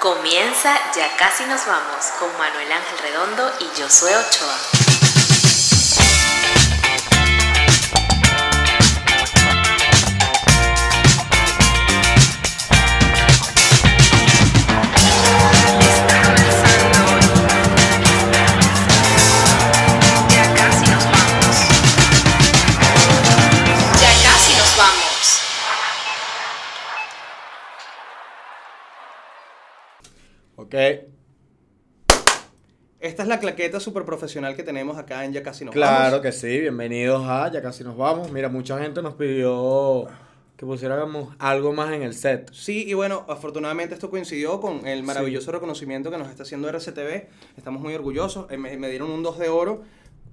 Comienza Ya Casi Nos Vamos con Manuel Ángel Redondo y Josué Ochoa. Ya casi nos vamos. Ya casi nos vamos. Ok. Esta es la claqueta super profesional que tenemos acá en Ya Casi Nos Claro Vamos. que sí, bienvenidos a Ya Casi Nos Vamos. Mira, mucha gente nos pidió que pusiéramos algo más en el set. Sí, y bueno, afortunadamente esto coincidió con el maravilloso reconocimiento que nos está haciendo RCTV. Estamos muy orgullosos. Eh, Me, me dieron un 2 de oro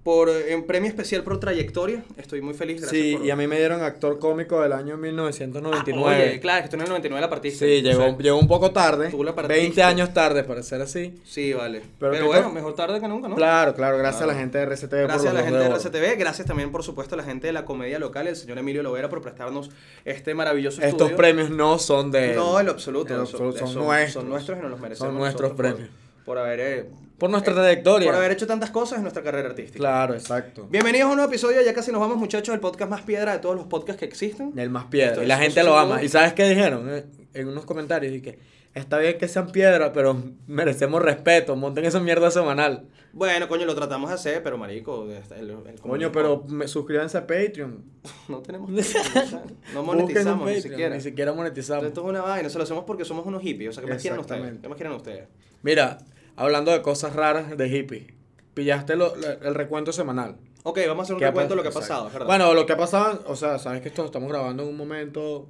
por eh, un premio especial por trayectoria. Estoy muy feliz. Gracias sí, por- Ah, y a mí me dieron actor cómico del año 1999. Oye, claro, esto en el 99 la partiste. Sí, O llegó, sea, llegó un poco tarde, tú la partiste. 20 años tarde para ser así. Sí, vale. Pero, Pero que bueno, to- mejor tarde que nunca, ¿no? Claro, claro, gracias Claro. a la gente de RCTV. por Gracias a la los gente dos euros. de RCTV, gracias también por supuesto a la gente de la comedia local, el señor Emilio Lovera por prestarnos este maravilloso Estos estudio. premios no son de... él. No, en lo absoluto. Eh, En lo eso- absoluto, eso- son, nuestros. Son nuestros y nos los merecemos. Son nuestros nosotros premios. Por, por haber, eh, Por nuestra eh, trayectoria. por haber hecho tantas cosas en nuestra carrera artística. Claro, exacto. Bienvenidos a un nuevo episodio. de Ya casi nos vamos, muchachos. El podcast más piedra de todos los podcasts que existen. El más piedra. Esto y la es- gente eso lo es un- ama. ¿Y sabes qué dijeron? Eh, En unos comentarios. Y que está bien que sean piedra, pero merecemos respeto. Monten esa mierda semanal. Bueno, coño, lo tratamos de hacer, pero marico. este, el- el- Coño, pero me, suscríbanse a Patreon. No tenemos. no Busquen un monetizamos ni Patreon, siquiera. Ni siquiera Entonces, monetizamos. Esto es una vaina. Se lo hacemos porque somos unos hippies. O sea, ¿qué más quieren ustedes? Exactamente. ¿Qué más quieren ustedes? Mira, hablando de cosas raras de hippie. Pillaste lo- lo- el recuento semanal. Ok, vamos a hacer un ¿Qué ha recuento de lo que ha pas- pasado, es exacto. ¿verdad? Bueno, lo que ha pasado, o sea, sabes que esto lo estamos grabando en un momento,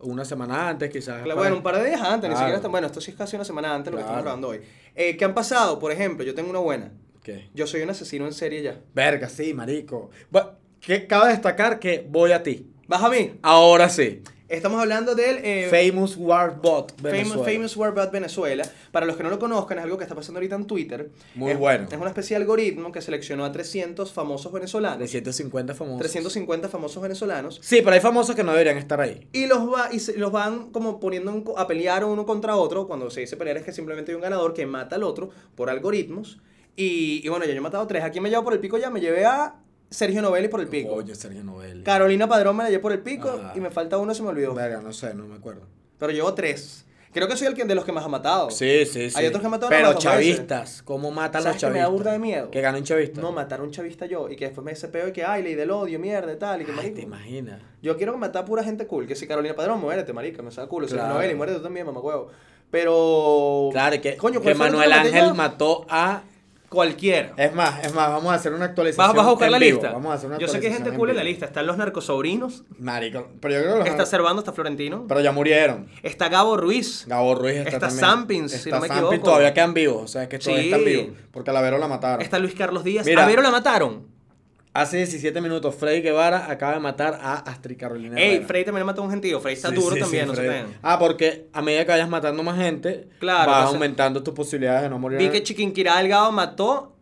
una semana antes, quizás. Claro, para- Bueno, un par de días antes, ni Ah, Claro. siquiera están. Bueno, esto sí es casi una semana antes de lo que estamos Claro. grabando hoy. Eh, ¿Qué han pasado? Por ejemplo, yo tengo una buena. ¿Qué? Yo soy un asesino en serie ya. Verga, sí, marico. Bueno, que cabe destacar que voy a ti. ¿Vas a mí? Ahora sí. Estamos hablando del eh, Famous Warbot Famous, Famous War About Venezuela. Para los que no lo conozcan, es algo que está pasando ahorita en Twitter. Muy Es- bueno. Es una especie de algoritmo que seleccionó a 300 famosos venezolanos. 350 famosos. 350 famosos venezolanos. Sí, pero hay famosos que no deberían estar ahí. Y los, va, y se- los van como poniendo en co- a pelear uno contra otro. Cuando se dice pelear es que simplemente hay un ganador que mata al otro por algoritmos. Y, y bueno, ya yo he matado tres. Aquí me llevo por el pico ya. Me llevé a Sergio Novelli por el pico. Oye, Sergio Novelli. Carolina Padrón me la llevé por el pico. Ajá. Y me falta uno, se me olvidó. Verga, no sé, no me acuerdo. Pero llevo tres. Creo que soy el que, de los que más ha matado. Sí, sí, sí. Hay otros que mataron a Pero los dos chavistas, ¿cómo matan a los ¿Sabes que chavistas? me da burda de miedo? Que ganó un chavista. No, matar a un chavista yo. Y que después me dice peo y que, ay, ley del odio, mierda y tal. Y que, Ay, marico, te imaginas. Yo quiero matar pura gente cool. Que si Carolina Padrón, muérete, marica, me saca culo. Si Claro. Novelli, muérete tú también, mamá huevo. Pero. Claro, que, Coño, que ¿cuál fue el Manuel otro que maté Ángel yo? mató a... Cualquiera. Es más, es más, vamos a hacer una actualización Eh, Vas, vas a buscar en la vivo. lista. Vamos a hacer una Yo sé que hay gente actualización cool en la vivo. lista. Están los narcosobrinos. Marico, pero yo creo que los... Está Cervando, está Florentino. Pero ya murieron. Está Gabo Ruiz. Gabo Ruiz está, Está también. Sampins, si no me Sampins, equivoco. todavía quedan vivos, o sea, que todavía Sí. están vivos. Porque a Lavero la mataron. Está Luis Carlos Díaz. Mira. A Vero la mataron. Hace 17 minutos, Freddy Guevara acaba de matar a Astrid Carolina Ey, Herrera. Frey también mató a un gentío. Frey está Sí, duro sí, también, sí, no Freddy. se crean. Ah, porque a medida que vayas matando más gente, Claro, vas pasa- aumentando tus posibilidades de no morir. Vi que Chiquinquirá Delgado mató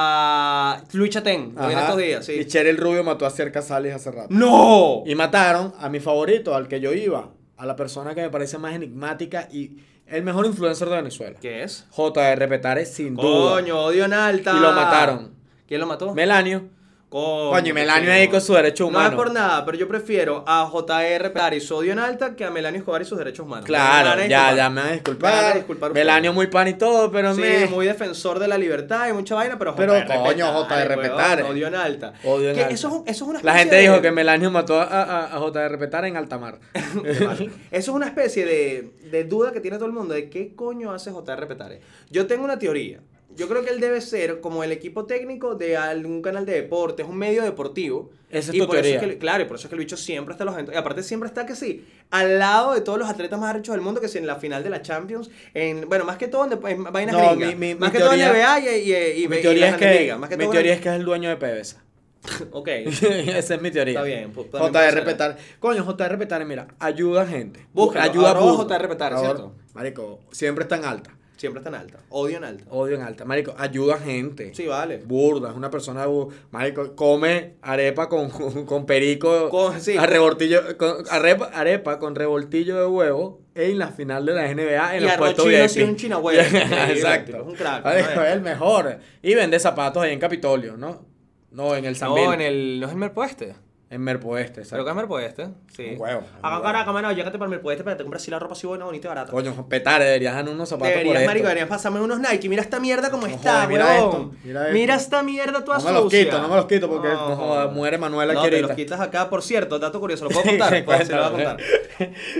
a Luis Chatén Ajá. en estos días, sí. Y Cheryl Rubio mató a Cerca Casales hace rato. ¡No! Y mataron a mi favorito, al que yo iba, a la persona que me parece más enigmática y el mejor influencer de Venezuela. ¿Qué es? J.R. Petares, sin duda. Coño, odio en alta. Y lo mataron. ¿Quién lo mató? Melanio. Coño, Coño, y Melanio chico. ahí con su derecho humano. No es por nada, pero yo prefiero a JR Pelar y su odio en alta que a Melanio Escobar y sus derechos humanos. Me van Claro, a ya, disculpar. ya me van a disculpar. Me van a disculpar ustedes. Melanio muy pan y todo, pero Sí, me... muy defensor de la libertad y mucha vaina, pero Pero, J.R. coño, Petare, J.R. weón, Petare. Odio en alta. Odio en Que alta. Eso, es un- eso es una La especie gente de- dijo que Melanio mató a, a, a J.R. Petar en Altamar. Qué mal. Eso es una especie de, de duda que tiene todo el mundo de qué coño hace J.R. Petare. Yo tengo una teoría. Yo creo que él debe ser como el equipo técnico de algún canal de deportes, un medio deportivo. Esa es Y tu por eso teoría. que el- claro, y por eso es que el bicho siempre está en los eventos. Y aparte siempre está que sí, al lado de todos los atletas más arrechos del mundo, que si en la final de la Champions, en, bueno, más que todo en, dep- en vainas No, gringas. mi- mi- más mi que teoría- todo en NBA y, y, y- y mi teoría, es las que, ligas, más que mi todo teoría en- es que es el dueño de PDVSA. Ok, Esa es mi teoría. está bien. pues, también puede J.R. ser. Petar. Coño, J.R. Petar, mira, ayuda a gente. Búscalo, ayuda arroba burda. J.R. Petar, Arroba- ¿cierto? Marico, siempre está en alta. Siempre está en alta. Odio en alta. Odio en alta. Marico, ayuda a gente. Sí, vale. Burda, es una persona. bu- Marico, come arepa con, con perico. Con- sí. a revoltillo- con- arepa, arepa con revoltillo de huevo en la final de la NBA en Y los arroz puestos chino VIP. sí, un chinahuevo. Sí, Exacto. es un crack, Marico, ¿no? es el mejor. Y vende zapatos ahí en Capitolio, ¿no? No, en el San No, Bill. en el. No es en Merpoeste. En Merpo Este, exacto. Creo que es Merpoeste. Sí. Un huevo. Acá, caraca, mano, llégate para el puedes para que te compras así la ropa así buena, bonita y barata. Coño, petare, deberías dar unos zapatos por Deberías, esto. marico, deberías pasarme unos Nike. Mira esta mierda como No está, jodas, mira weón. esto, mira esto. esta mierda toda No me los sucia. quito, no me los quito porque no joda, muere Manuela No, aquí te ahorita. los quitas acá. Por cierto, dato curioso, ¿lo puedo contar? Cuéntalo, se lo voy a contar.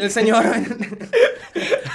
El señor...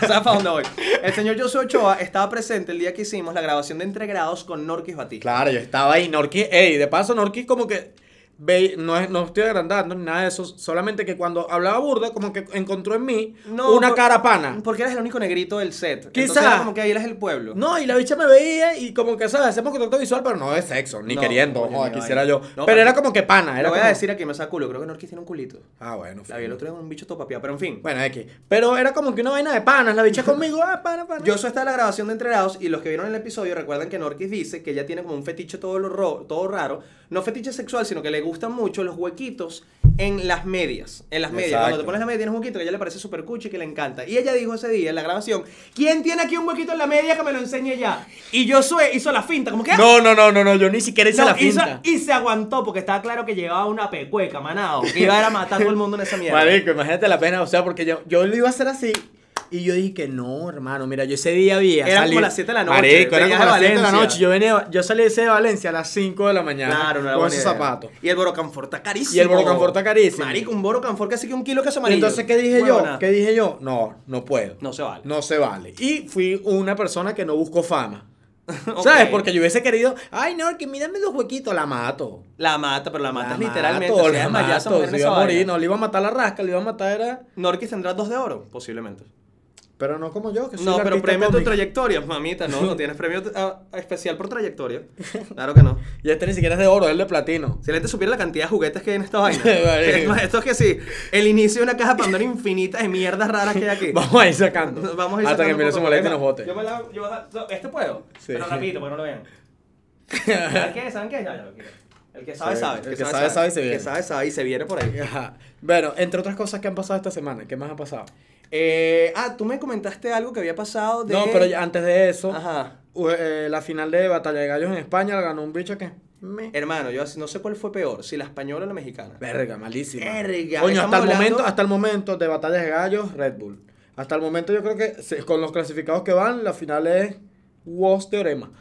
Zafa, ¿dónde voy? El señor Josué Ochoa estaba presente el día que hicimos la grabación de Entre Grados con Norquis Batista. Claro, yo estaba ahí. Norquis, ey, de paso, Norquis como que. ve- no, es- no estoy agrandando ni nada de eso. Solamente que cuando hablaba burda, como que encontró en mí No, una por- cara pana. Porque eres el único negrito del set. Entonces Quizá. era como que ahí eres el pueblo. No, y la bicha me veía y como que, ¿sabes? Hacemos contacto visual, pero no de sexo, ni No, queriendo. coño, joda, ni quisiera vaina. yo. No, pero pero- era como que pana. Era Lo voy a como- decir aquí, me saca culo. Creo que Norquis tiene un culito. Ah, bueno. La vi el otro día con un bicho topapiado, pero en fin. Bueno, X. Pero era como que una vaina de panas. La bicha conmigo, ah, pana, pana. Yo soy está en la grabación de Entregados y los que vieron el episodio recuerdan que Norquis dice que ella tiene como un fetiche todo, lo ro- todo raro, no fetiche sexual, sino que le gustan mucho los huequitos en las medias, en las medias, Exacto. cuando te pones la media tienes un huequito que a ella le parece súper cuchi y que le encanta. Y ella dijo ese día en la grabación, ¿quién tiene aquí un huequito en la media que me lo enseñe ya? Y Josué hizo la finta, como que... "Ah". No, no, no, no, no, yo ni siquiera hice No, la hizo- finta. y se aguantó porque estaba claro que llevaba una pecueca, manado, que iba a ir a matar a todo el mundo en esa mierda. Marico, imagínate la pena, o sea, porque yo, yo lo iba a hacer así. Y yo dije que no, hermano, mira, yo ese día había Era como salido- las siete de la noche, Marico, era venías como de las 7 de la Valencia. noche. Yo, venía, yo salí ese de Valencia a las 5 de la mañana Claro, no era con buena esos idea. zapatos. Y el Borocanfort está carísimo. Y el Borocanfort está carísimo. Marico, un Borocanfort que hace que un kilo que se Y amarillo. entonces, ¿qué dije yo? Huevona. ¿Qué dije yo? No, no puedo. No se vale. No se vale. Y fui una persona que no buscó fama. ¿Sabes? Ok. Porque yo hubiese querido, ay, no, que mírame los huequitos, la mato. La mata, pero la mata La es literalmente. mato, o sea, la es mato, mayazo, mujer en se esa iba a morir, vaina. no, le iba a matar la rasca, le iba a matar era... Norquis tendrá dos de oro, posiblemente. Pero no como yo, que soy No, el pero artista premio tu cómico. trayectoria, mamita, no. No tienes premio ah, especial por trayectoria. Claro que no. Y este ni siquiera es de oro, es el de platino. Si la gente supiera la cantidad de juguetes que hay en esta vaina. Vale. Es más, esto es que sí. El inicio de una caja de Pandora infinita de mierdas raras que hay aquí. Vamos a ir sacando. Vamos a ir Hasta sacando que mire poco su a maleta y poco. nos vote. Yo me la. Yo, no, este puedo. Sí. Pero rapidito, porque no lo vean. ¿Saben qué? ¿Saben qué? Ya, ya, lo quiero. El que sabe, Sí, sabe. el que sabe, sabe y se viene. El que sabe, sabe y se viene por ahí. Ajá. Bueno, entre otras cosas que han pasado esta semana, ¿qué más ha pasado? Eh, ah, tú me comentaste algo que había pasado de. No, pero ya antes de eso, Ajá. u- eh, la final de Batalla de Gallos en España la ganó un bicho que. me- Hermano, yo así- no sé cuál fue peor, si la española o la mexicana. Verga, malísima. Verga, Coño, estamos hasta el, hablando- momento, hasta el momento de Batalla de Gallos, Red Bull. Hasta el momento yo creo que se- con los clasificados que van, la final es Woz Teorema.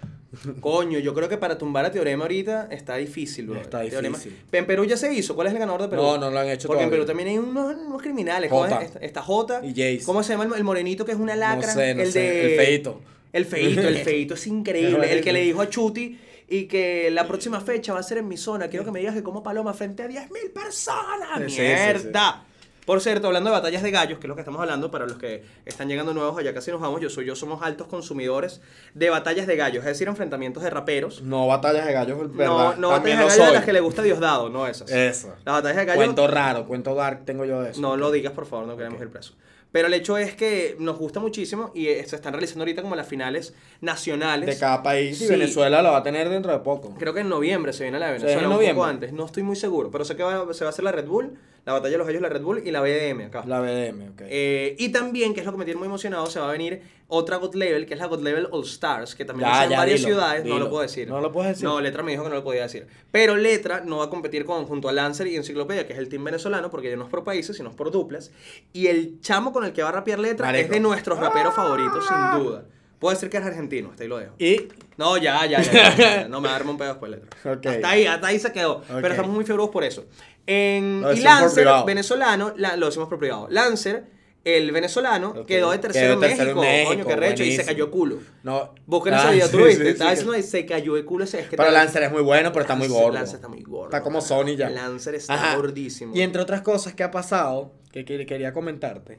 Coño, yo creo que para tumbar a Teorema ahorita está difícil, bro. Está Teorema- difícil. En Perú ya se hizo. ¿Cuál es el ganador de Perú? No, no lo han hecho Porque en todavía. Perú también hay unos, unos criminales. Jota. ¿Cómo es? Esta- Está Jota. Y Jace. ¿Cómo se llama el, el morenito que es una lacra? sé, no el sé, de... el feíto. El feito, el feito es Es increíble. el que horrible. le dijo a Chuti y que la próxima fecha va a ser en mi zona. Quiero que me digas que como paloma frente a 10.000 personas. Sí, sí, sí, ¡Mierda! Por cierto, hablando de batallas de gallos, que es lo que estamos hablando para los que están llegando nuevos, allá casi nos vamos, yo soy yo, somos altos consumidores de batallas de gallos, es decir, enfrentamientos de raperos. No, Batallas de Gallos, No, ¿verdad? no También batallas de lo gallos de soy. las que le gusta Diosdado, no esas. Eso. Las batallas de gallos Cuento raro, cuento dark tengo yo de eso. no lo digas, por favor, no queremos ir preso. Pero el hecho es que nos gusta muchísimo y eh, se están realizando ahorita como las finales nacionales. de cada país y Sí. Venezuela la va a tener dentro de poco. Creo que en noviembre se viene la de Sí, en Venezuela, un noviembre. poco antes. No estoy muy seguro, pero sé que va- se va a hacer la Red Bull, la batalla de los gallos, la Red Bull y la BDM acá. La BDM, ok. Eh, y también, que es lo que me tiene muy emocionado, se va a venir otra God Level, que es la God Level All Stars, que también Ya, está en ya, varias dilo, ciudades. No dilo. lo puedo decir. No lo puedes decir. No, Letra me dijo que no lo podía decir. Pero Letra no va a competir con, junto a Lancer y Enciclopedia, que es el team venezolano, porque ya no es por países, sino es por duplas. Y el chamo con el que va a rapear Letra es Marico. de nuestros raperos favoritos, sin duda. Puedo decir que es argentino, hasta ahí lo dejo. y No, ya, ya, ya. ya, ya, ya. No me arma un pedo después letra. Ok. Hasta ahí, hasta ahí se quedó. Ok. Pero estamos muy februdos por eso. En, Lo y decimos por Lancer, privado. venezolano, la- lo decimos por privado. Lancer, el venezolano, Ok. quedó de tercero en Quedó tercero en México. Coño, México, qué recho. Y se buenísimo. cayó culo. no. Busquen ese Ah, video, tú sí, lo viste. sí, Estaba sí. diciendo y se cayó de culo. ese- Es que Pero tal- Lancer es muy bueno, pero está muy Lancer- gordo. Lancer está muy gordo. Está como Sony ya. Lancer está Ajá. gordísimo. Y entre otras cosas que ha pasado, que, que- quería comentarte.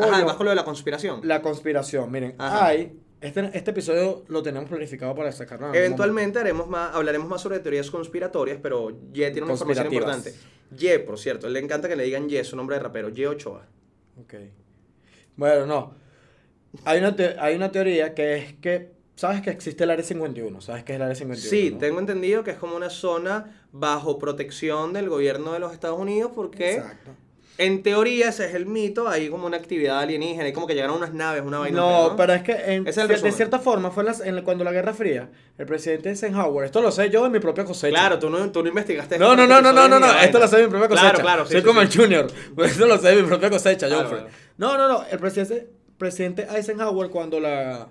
Ajá, Coño, además con lo de la conspiración. la conspiración, miren, Ajá. hay. Este, este episodio lo tenemos planificado para sacarlo. en algún Eventualmente haremos más, hablaremos más sobre teorías conspiratorias, pero Ye tiene una información Conspirativas. importante. Ye, por cierto, le encanta que le digan Ye, su nombre de rapero, Ye Ochoa. momento. Ok. Bueno, no. Hay una, te- hay una teoría que es que, ¿sabes que existe el Área 51? ¿Sabes qué es el Área 51? Sí, no? tengo entendido que es como una zona bajo protección del gobierno de los Estados Unidos porque Exacto. en teoría ese es el mito, hay como una actividad alienígena, y como que llegaron unas naves, una vaina. pues, No, fea, pero es que en- Ese es el de- de resumen. cierta forma fue en las- en la- cuando la Guerra Fría, el presidente Eisenhower, esto lo sé yo de mi propia cosecha. Claro, tú no, tú no investigaste. No, esto no, no, porque no, tú no, no, sabías no, ni la esto vaina. lo sé de mi propia cosecha. Claro, claro, sí, Soy sí, como sí. el Junior, pues, esto lo sé de mi propia cosecha, Claro, Joffrey. claro. No, no, no, el presidente, presidente Eisenhower cuando la,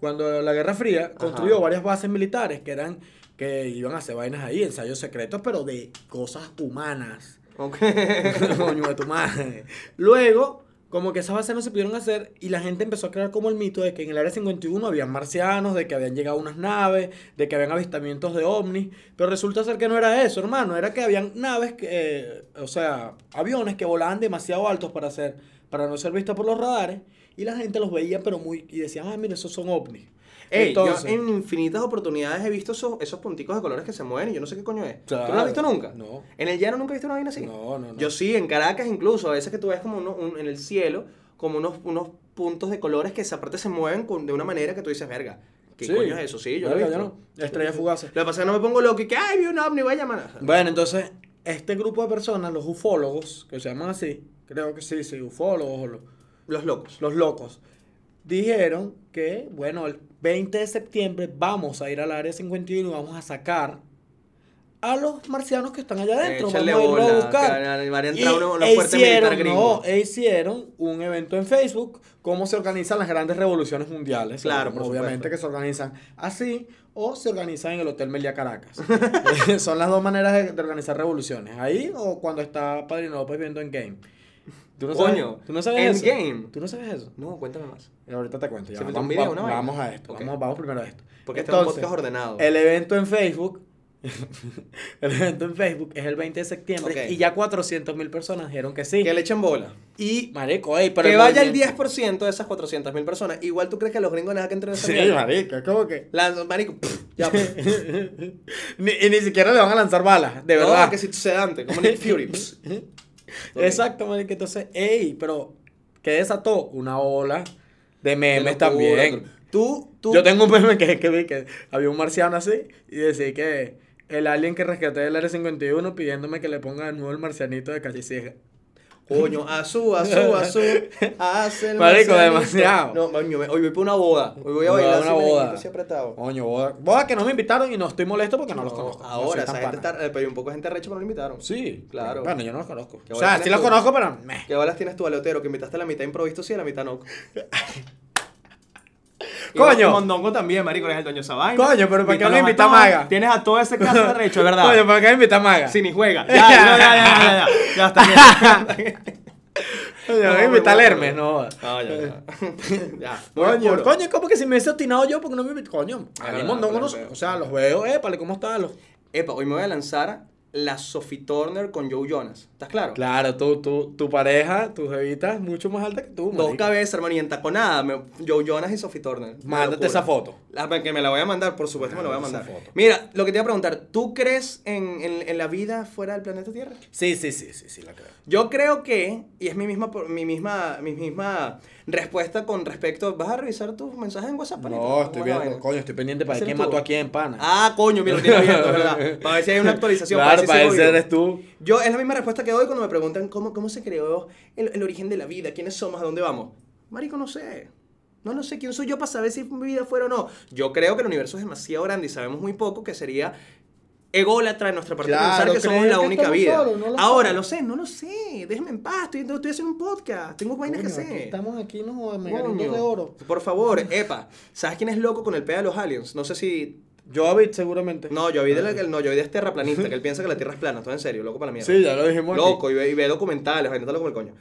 cuando la Guerra Fría construyó varias bases militares que eran, que iban a hacer vainas ahí, ensayos secretos, pero de cosas humanas. Ok. Coño de tu madre. Luego, como que esas bases no se pudieron hacer y la gente empezó a crear como el mito de que en el área 51 habían marcianos, de que habían llegado unas naves, de que habían avistamientos de ovnis, pero resulta ser que no era eso, hermano, era que habían naves, que, eh, o sea, aviones que volaban demasiado altos para ser, para no ser vistas por los radares y la gente los veía pero muy y decían, ah, mira, esos son ovnis. Ey, Entonces- yo en infinitas oportunidades he visto esos, esos punticos de colores que se mueven y yo no sé qué coño es. ¿Tú no lo Claro, has visto nunca? no. ¿En el llano nunca he visto una vaina así? No, no, no. Yo sí, en Caracas incluso, a veces que tú ves como uno- un- en el cielo, como unos, unos puntos de colores que se- aparte se mueven con- de una manera que tú dices, verga, ¿qué Sí. coño es eso? Sí, yo lo he Verga, visto. no. Estrellas fugaces. Lo que pasa es que no me pongo loco y que, ay, vi un ovni, voy a llamar. Bueno, entonces, este grupo de personas, los ufólogos, que se llaman así, creo que sí, sí, ufólogos, o lo- Los locos. los locos, dijeron que, bueno, el 20 de septiembre vamos a ir al área 51 y vamos a sacar a los marcianos que están allá adentro. Échale vamos a irlos a bola, buscar. que van a- van a Y entrar uno- los e fuertes militar hicieron, gringos. no, e hicieron un evento en Facebook, cómo se organizan las grandes revoluciones mundiales. Claro, por obviamente supuesto. que se organizan así o se organizan en el Hotel Meliá Caracas. Eh, Son las dos maneras de, de organizar revoluciones. Ahí o cuando está Padrino López viendo en game. ¿Tú no sabes- Coño, ¿tú no sabes eso? Endgame. ¿Tú no sabes eso? No, cuéntame más. Ahorita te cuento. ya. Se filtró un vamos, video, va- ¿no? vamos a esto. Ok. Vamos, vamos primero a esto. Porque este es un Entonces, podcast ordenado. El evento en Facebook. el evento en Facebook es el 20 de septiembre. Ok. Y ya 400 mil personas dijeron que sí. Que le echen bola. Y, marico, ey, pero. que el vaya el movimiento- 10% de esas 400 mil personas. Igual tú crees que los gringos nada que entren en esa Sí, mierda? marico, es como que. Lanza- marico, pff, ya. pues. pff. Ni, y ni siquiera le van a lanzar balas, de No, verdad. que si sedante, como Nick Fury. pss. Ok. Exacto, marico. Entonces, ey, pero. ¿Qué desató? Una ola de memes Qué locura, también. Tú, tú. Yo tengo un meme que, que vi que había un marciano así y decía que el alien que rescaté del Área 51 pidiéndome que le ponga de nuevo el marcianito de calle ciega. Coño, azul, azul, azul. Hace el Marico, marcianito. demasiado. No, coño, me- hoy voy para una boda. Hoy voy a Voy a una bailar así, boda. merenguito así apretado. Coño, boda, boda que no me invitaron y no estoy molesto porque no, los No, conozco. No soy ahora, tan esa gente pana. está. eh, Pero un poco de gente recha, pero no lo invitaron. Sí, Claro. Bueno, yo no los conozco. Qué O sea, bola tienes sí los tú. conozco, pero meh. ¿Qué balas tienes tú, Alotero? Que invitaste a la mitad improviso sí, a la mitad no. Y Coño. Don Mondongo también, marico, eres el dueño de esa vaina. Coño, pero ¿para qué Invítalos me invita todos. Maga? Tienes a todo ese caso de recho, es verdad. Coño, ¿para qué me invita Maga? Si ni juega. Ya, ya, ya, ya, ya. Ya, ya está bien. Coño, No, me muy invita bueno, Hermes, pero- no. No, ya, ya. ya. Coño, Oscuro. coño, como que si me hubiese obstinado yo porque no me invitó. Coño, a mí verdad, Mondongo claro, no sé. claro. O sea, los veo, épale, ¿cómo están los? Epa, hoy me voy a lanzar la Sophie Turner con Joe Jonas. ¿Estás claro? Claro, tu, tu, tu pareja, tu jevita es mucho más alta que tú. Dos marico. cabezas, hermano, y entaconada. Me, Joe Jonas y Sophie Turner. Una Mándate locura. esa foto. La, que me la voy a mandar, por supuesto, me la voy a Mándame mandar. esa foto. Mira, lo que te iba a preguntar, ¿tú crees en, en- en la vida fuera del planeta Tierra? Sí, sí, sí, sí, sí, la creo. Yo creo que, y es mi misma, por- mi misma, mi misma respuesta con respecto, ¿vas a revisar tus mensajes en WhatsApp? panita? No, estoy ¿Cómo es la viendo, vaina? coño, estoy pendiente para ver Ese quién eres tú. mató a quién, pana. Ah, coño, mira, lo tienes abierto, es ¿verdad? Para ver si hay una actualización. Claro, si para sigo ese vivo. eres tú. Yo, es la misma respuesta que doy cuando me preguntan cómo, cómo se creó el, el origen de la vida, quiénes somos, a dónde vamos. Marico, no sé. No lo sé quién soy yo para saber si mi vida fuera o no. Yo creo que el universo es demasiado grande y sabemos muy poco que sería ególatra en nuestra parte Claro, pensar que somos creer la que única estamos vida. solos, no lo Ahora, sabes. lo sé, no lo sé. Déjame en paz, estoy, estoy haciendo un podcast. Tengo vainas que Coño, aquí sé. Estamos aquí, no, me Coño. de oro. Por favor, epa. ¿Sabes quién es loco con el pedo de los aliens? No sé si Yo a Bit, seguramente. no, yo vi de la, el- no, yo vi de este terraplanista, que él piensa que la Tierra es plana, todo en serio, loco para la mierda. Sí, ya lo dijimos aquí. Loco, y ve, y ve documentales, vaina, tal como el coño.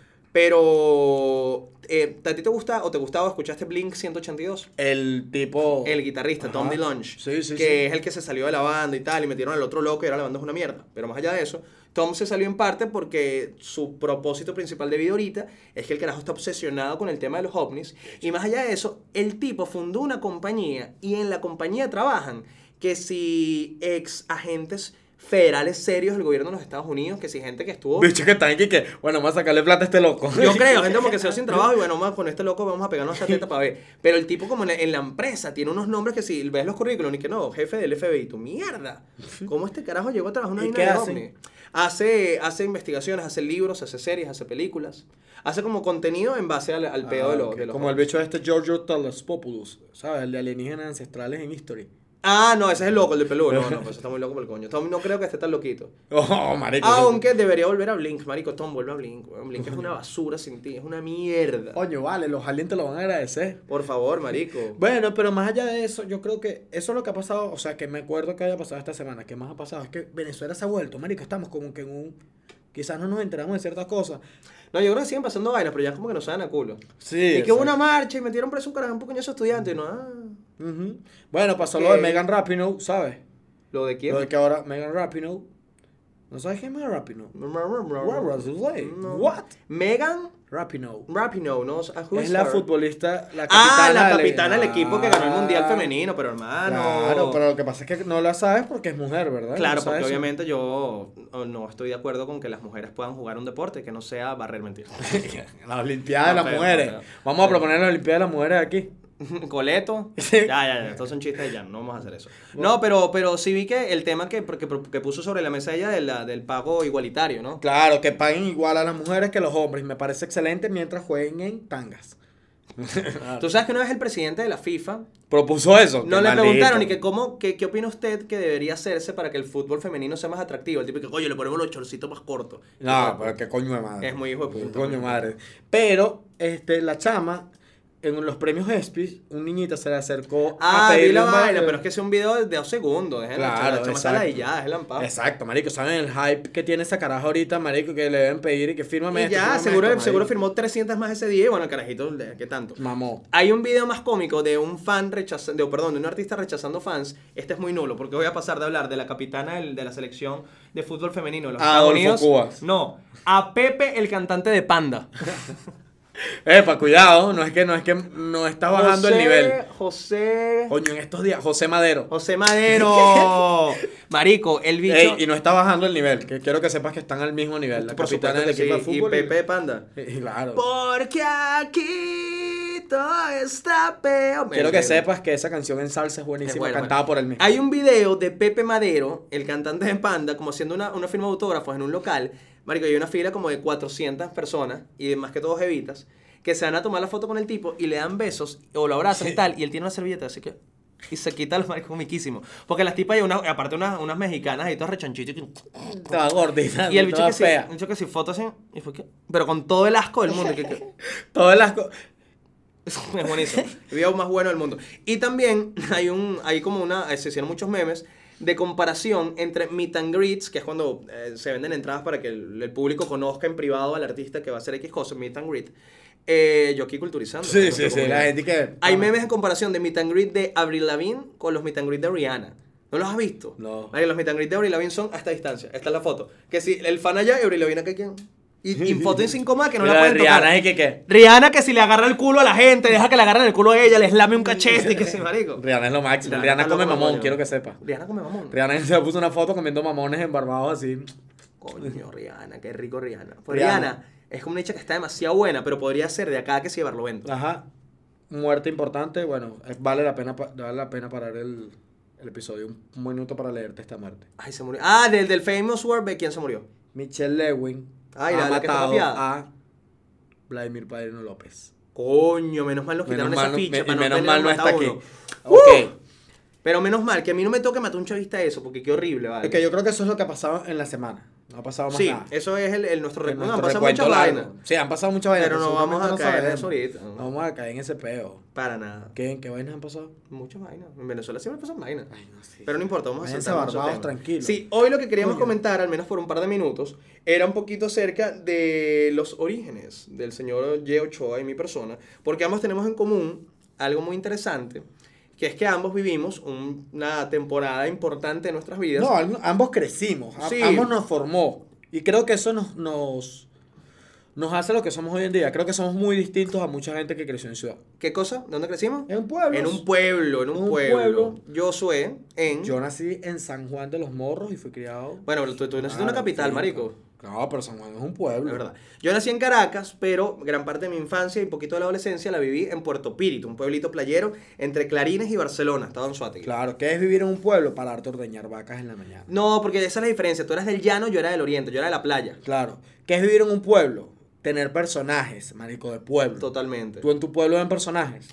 Pero, eh, ¿a ti te gusta o te gustaba, escuchaste Blink 182? El tipo. El guitarrista, Tom Oh. Ajá. DeLonge, Sí, sí, que sí. es el que se salió de la banda y tal, y metieron al otro loco y ahora la banda es una mierda. Pero más allá de eso, Tom se salió en parte porque su propósito principal de vida ahorita es que el carajo está obsesionado con el tema de los ovnis. Y más allá de eso, el tipo fundó una compañía y en la compañía trabajan que si ex agentes federales serios del gobierno de los Estados Unidos, que si gente que estuvo... Bicho que está aquí que, bueno, vamos a sacarle plata a este loco. Yo creo, gente como que se va sin trabajo y bueno, vamos a- con este loco vamos a pegarnos esta teta para ver. Pero el tipo como en la, en la empresa tiene unos nombres que si ves los currículums y que no, jefe del FBI, tu mierda. ¿Cómo este carajo llegó a trabajar en una ¿Y vaina qué de hace? ovni? Hace, hace investigaciones, hace libros, hace series, hace películas. Hace como contenido en base al, al Ah, pedo de los... ok. de los Como el bicho este Giorgio Talaspopoulos, ¿sabes? El de alienígenas ancestrales en History. Ah, no, ese es el loco, el de peludo. No, no, pues está muy loco por el coño. Tom, no creo que esté tan loquito. Oh, marico. Ah, Aunque debería volver a Blink, marico. Tom, vuelve a Blink. weón. Blink es una basura sin ti, es una mierda. Coño, vale, los aliens te lo van a agradecer. Por favor, marico. Bueno, pero más allá de eso, yo creo que eso es lo que ha pasado, o sea, que me acuerdo que haya pasado esta semana, que más ha pasado, es que Venezuela se ha vuelto, marico, estamos como que en un, quizás no nos enteramos de ciertas cosas. No, yo creo que siguen pasando vainas, pero ya como que no saben a culo. Sí. y que hubo una marcha y metieron preso un carajo, un pequeño estudiante. No, ah, Bueno, pasó lo de Ok. Megan Rapinoe, ¿sabes? ¿Lo de quién? Lo de que ahora Megan Rapinoe, ¿no sabes quién es Megan Rapinoe? Where was the lady? No. What? Megan Rapinoe. Rapinoe, ¿no? Ah, who Es is la her? futbolista, la capitana. Ah, la del- capitana del equipo que ganó el Mundial Ah, Femenino, pero hermano. Claro, pero lo que pasa es que no la sabes porque es mujer, ¿verdad? Claro, No sabes porque eso. obviamente yo oh, no estoy de acuerdo con que las mujeres puedan jugar un deporte que no sea barrer mentiras. La Olimpiada de No, las feo, Mujeres. no, feo. Vamos a Feo. proponer la Olimpiada de las Mujeres aquí. Coleto. Sí. Ya, ya, ya. Estos son chistes y ya. No vamos a hacer eso. No, pero, pero sí vi que el tema que, que, que puso sobre la mesa ella de la- del pago igualitario, ¿no? Claro, que paguen igual a las mujeres que a los hombres. Me parece excelente mientras jueguen en tangas. Tú sabes que una vez el presidente de la FIFA Propuso eso. no le preguntaron y que cómo, que, qué opina usted que debería hacerse para que el fútbol femenino sea más atractivo. El tipo que, oye, le ponemos los chorcitos más cortos. No, pero qué coño de madre. Es muy hijo de Qué puta. Coño de madre. Pero, este, la chama, en los premios ESPYs, un niñita se le acercó Ah, a vi pedirle la un vaina, baile. pero es que es un video de dos segundos. Déjenla, Claro, la chama está exacto. ladillada, es lampada. Exacto, marico, ¿saben el hype que tiene esa caraja ahorita, marico? Que le deben pedir y que fírmame Y esto, ya, fírmame seguro, esto, seguro marico. firmó 300 más ese día. Y bueno, el carajito, ¿qué tanto? Mamó. Hay un video más cómico de un fan rechazando, perdón, de un artista rechazando fans. Este es muy nulo, porque voy a pasar de hablar de la capitana del- de la selección de fútbol femenino de los A Estados Ah, Adolfo Unidos. Cubas. No, a Pepe, el cantante de Panda. Epa, cuidado, no es que no es que no está bajando el José- nivel. José. Coño, en estos días, José Madero. José Madero. Marico, el bicho. Ey, y no está bajando el nivel, que quiero que sepas que están al mismo nivel. La por capitana supuesto del que equipo de sí, y fútbol. Pepe de Panda. y- y claro. Porque aquí todo está peor. Quiero que Mentira. sepas que esa canción en salsa es Es buenísima, buena, cantada buena. por él mismo. Hay un video de Pepe Madero, el cantante de Panda, como haciendo una, una firma de autógrafos en un local. Marico, hay una fila como de 400 personas, y de más que todo jevitas, que se van a tomar la foto con el tipo y le dan besos, o lo abrazan y tal, y él tiene una servilleta, así que... Y se quita los maricos miquísimo. Porque las tipas, hay una, aparte unas, unas mexicanas y todas rechonchitas. que- Estaba gordita, Y el bicho toda que, sí, fea. el bicho que sí, foto así. y fue que- pero con todo el asco del mundo. que- que- Todas las co- es buenísimo. El video más bueno del mundo. Y también hay un, hay como una, eh, se hicieron muchos memes de comparación entre meet and greets, que es cuando eh, se venden entradas para que el, el público conozca en privado al artista que va a hacer X cosa, meet and greet. Eh, yo aquí culturizando. Sí, no sé sí, cómo sí. La gente viene. que. Hay memes de comparación de meet and greet de Avril Lavigne con los meet and greet de Rihanna. ¿No los has visto? No. Vale, los meet and greet de Avril Lavigne son a esta distancia. Esta es la foto. Que si el fan allá y Avril Lavigne acá, ¿quién? Y, y foto en 5 más que no Mira, la pueden tocar. Rihanna, ¿y qué qué? Rihanna que si le agarra el culo a la gente, deja que le agarren el culo a ella, le slame un cachete y que se marico. Rihanna es lo máximo. Rihanna, está come loca, mamón, coño. quiero que sepas. Rihanna come mamón. Rihanna se puso una foto comiendo mamones embarbados así. Coño, Rihanna, qué rico Rihanna. Pues Rihanna. Rihanna. es como una chica que está demasiado buena, pero podría ser de acá que sí de Barlovento. Ajá. Muerte importante. Bueno, eh, vale la pena, pa- vale la pena parar el, el episodio. Un minuto para leerte esta muerte. Ay, se murió. Ah, del, del famous World, ¿quién se murió? Michelle Lewin Ay, ha la- la que está matado copiada. a Vladimir Padrino López. Coño, menos mal nos quitaron esa no- ficha. me- y para menos tener mal no está matado aquí. uno. Ok. Pero menos mal, que a mí no me toque matar un chavista eso, porque qué horrible, ¿vale? Ok, yo creo que eso es lo que ha pasado en la semana. No ha pasado más sí, nada. eso es el, el nuestro En recuerdo. Han nuestro pasado recuento muchas largo. vainas. Sí, han pasado muchas vainas. Pero no vamos a seguramente caer sabemos. en eso ahorita, ¿no? No vamos a caer en ese peo. Para nada. ¿Qué, ¿Qué vainas han pasado? Muchas vainas. En Venezuela siempre pasan vainas. Ay, no sé. Pero no importa, vamos a Váyanse centrarnos en otro barbados, tema. tranquilos. Sí, hoy lo que queríamos Coño. comentar, al menos por un par de minutos, era un poquito acerca de los orígenes del señor Ye Ochoa y mi persona, porque ambos tenemos en común algo muy interesante, que es que ambos vivimos un- una temporada importante de nuestras vidas. No, algu- ambos crecimos, a- Sí. ambos nos formó. Y creo que eso nos, nos, nos hace lo que somos hoy en día. Creo que somos muy distintos a mucha gente que creció en ciudad. ¿Qué cosa? ¿De dónde crecimos? En pueblos. En un pueblo, en un, En un pueblo. pueblo. Yo soy en. Yo nací en San Juan de los Morros y fui criado. Bueno, pero tú, tú naciste en Ah, una capital, sí. marico. No, pero San Juan es un pueblo. La verdad. Yo nací en Caracas, pero gran parte de mi infancia y un poquito de la adolescencia la viví en Puerto Píritu, un pueblito playero entre Clarines y Barcelona, estaba en Suárez. Claro, ¿qué es vivir en un pueblo? Pararte a ordeñar vacas en la mañana. No, porque esa es la diferencia. Tú eras del llano, yo era del oriente, yo era de la playa. Claro, ¿qué es vivir en un pueblo? Tener personajes, marico, de pueblo. Totalmente. Tú en tu pueblo ven personajes.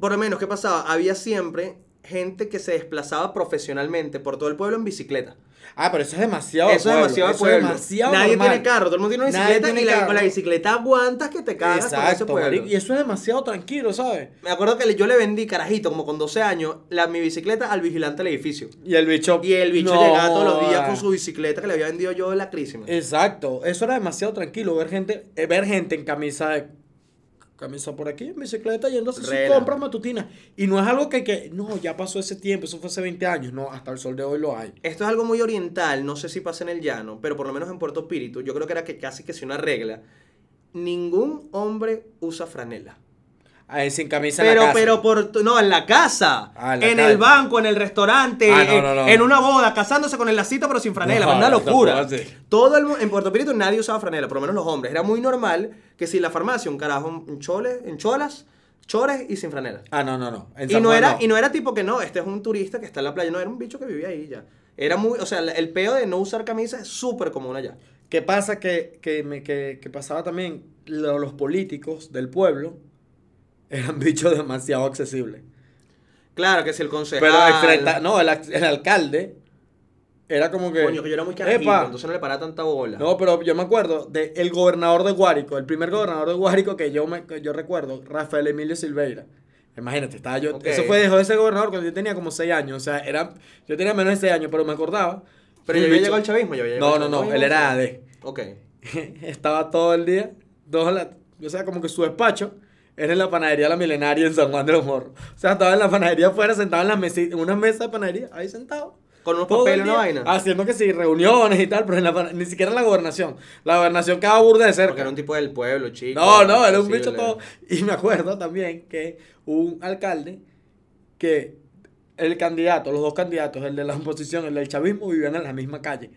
Por lo menos, ¿qué pasaba? Había siempre gente que se desplazaba profesionalmente por todo el pueblo en bicicleta. Ah, pero eso es demasiado de Eso es pueblo, demasiado de eso es pueblo. demasiado Nadie normal. tiene carro, todo el mundo tiene una Nadie bicicleta tiene y la, carro. con la bicicleta aguantas que te cagas por ese Exacto, pueblo. marico, y eso es demasiado tranquilo, ¿sabes? Me acuerdo que le- yo le vendí, carajito, como con 12 años, la, mi bicicleta al vigilante del edificio. Y el bicho. Y el bicho No, llegaba todos los días ah. con su bicicleta que le había vendido yo de la crisis. man. Exacto, eso era demasiado tranquilo, ver gente, eh, ver gente en camisa de camisa por aquí, en bicicleta yendo a hacer sus Rela. compras matutinas. Y no es algo que, que, no, ya pasó ese tiempo, eso fue hace 20 años, no, hasta el sol de hoy lo hay. Esto es algo muy oriental, no sé si pasa en el llano, pero por lo menos en Puerto Espíritu, yo creo que era que casi que si una regla. Ningún hombre usa franela. Ahí Ah, sin camisa en la Pero, casa. pero por tu- no, en la casa, Ah, en en, la el calle. banco, en el restaurante, Ah, no, en- no, no. en una boda, casándose con el lacito pero sin franela, No, una no, locura. tampoco así. Todo el mu- en Puerto Pirito nadie usaba franela, por lo menos los hombres. Era muy normal que si en la farmacia un carajo en choles, en cholas, chores y sin franela. Ah, no, no, no. en Y San no Juan era y no era tipo que no, este es un turista que está en la playa, no era un bicho que vivía ahí ya. Era muy, o sea, la- el peo de no usar camisa es súper común allá. ¿Qué pasa? Que, que, me, que, que pasaba también, lo- los políticos del pueblo eran bichos demasiado accesibles. Claro que si el concejal Pero el frenta- no, el, ac- el alcalde era como que... Coño, que yo era muy carajito, "Epa". entonces no le paraba tanta bola. No, pero yo me acuerdo del el gobernador de Guárico, el primer gobernador de Guárico que yo, me, que yo recuerdo, Rafael Emilio Silveira. Imagínate, estaba yo. Ok. Eso fue, dejó de ser gobernador cuando yo tenía como 6 años. O sea, era, yo tenía menos de 6 años, pero me acordaba. Pero Y ya el había bicho- llegado el chavismo, ya había llegado No, el no, chavismo. no, él era AD. Ok. Estaba todo el día, dos a la- o sea, como que su despacho era en la panadería La Milenaria en San Juan de los Morros. O sea, estaba en la panadería afuera, sentado en, la mesi- en una mesa de panadería, ahí sentado. Con unos Todo el papeles, una día, vaina. Haciendo que sí, reuniones y tal, pero en la pana- ni siquiera en la gobernación. La gobernación quedaba burda de cerca. Porque era un tipo del pueblo, chico. No, no, era un bicho accesible. todo. Y me acuerdo también que un alcalde que el candidato, los dos candidatos, el de la oposición, el del chavismo, vivían en la misma calle.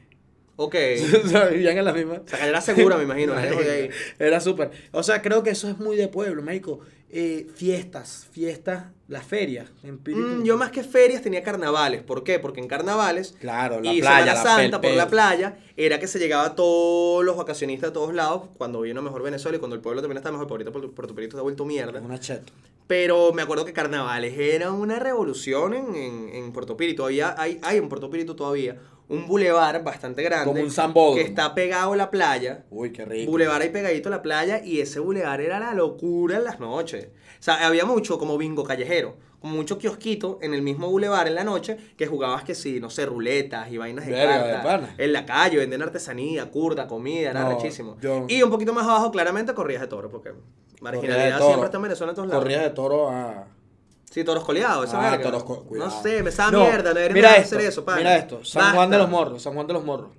Ok. O sea, vivían en la misma. O sea, que era segura, me imagino. la Marico, gente de ahí. Era súper. O sea, creo que eso es muy de pueblo, México. Eh, fiestas, fiestas, las ferias. en Piritu. Mm, yo más que ferias tenía carnavales. ¿Por qué? Porque en carnavales Claro, la y playa, la Semana Santa pel- por la pel- playa era que se llegaba todos los vacacionistas de todos lados cuando vino mejor Venezuela y cuando el pueblo también estaba mejor. Ahorita Puerto Puerto Pirito se ha vuelto mierda. Una cheta. Pero me acuerdo que carnavales era una revolución en, en, en Puerto Píritu. Había, hay, hay en Puerto Píritu todavía un bulevar bastante grande. Como un sambódromo. Que está pegado a la playa. Uy, qué rico. Bulevar ahí pegadito a la playa y ese bulevar era la locura en las noches. O sea, había mucho como bingo callejero, como mucho kiosquito en el mismo bulevar en la noche que jugabas que sí, no sé, ruletas y vainas de Verga, de cartas. pana. En la calle venden artesanía, curda, comida, era No, rechísimo. yo- Y un poquito más abajo claramente corrías de toro porque Corrida de marginalidad toro. siempre está en Venezuela en todos lados. Corridas de toro a. Sí, toros coleados, esa Ah, verga. toros co- cuidado. No sé, me sabe No, mierda, no eres mira nada de esto, hacer eso, pana. Mira esto, San Juan Basta. de los Morros, San Juan de los Morros.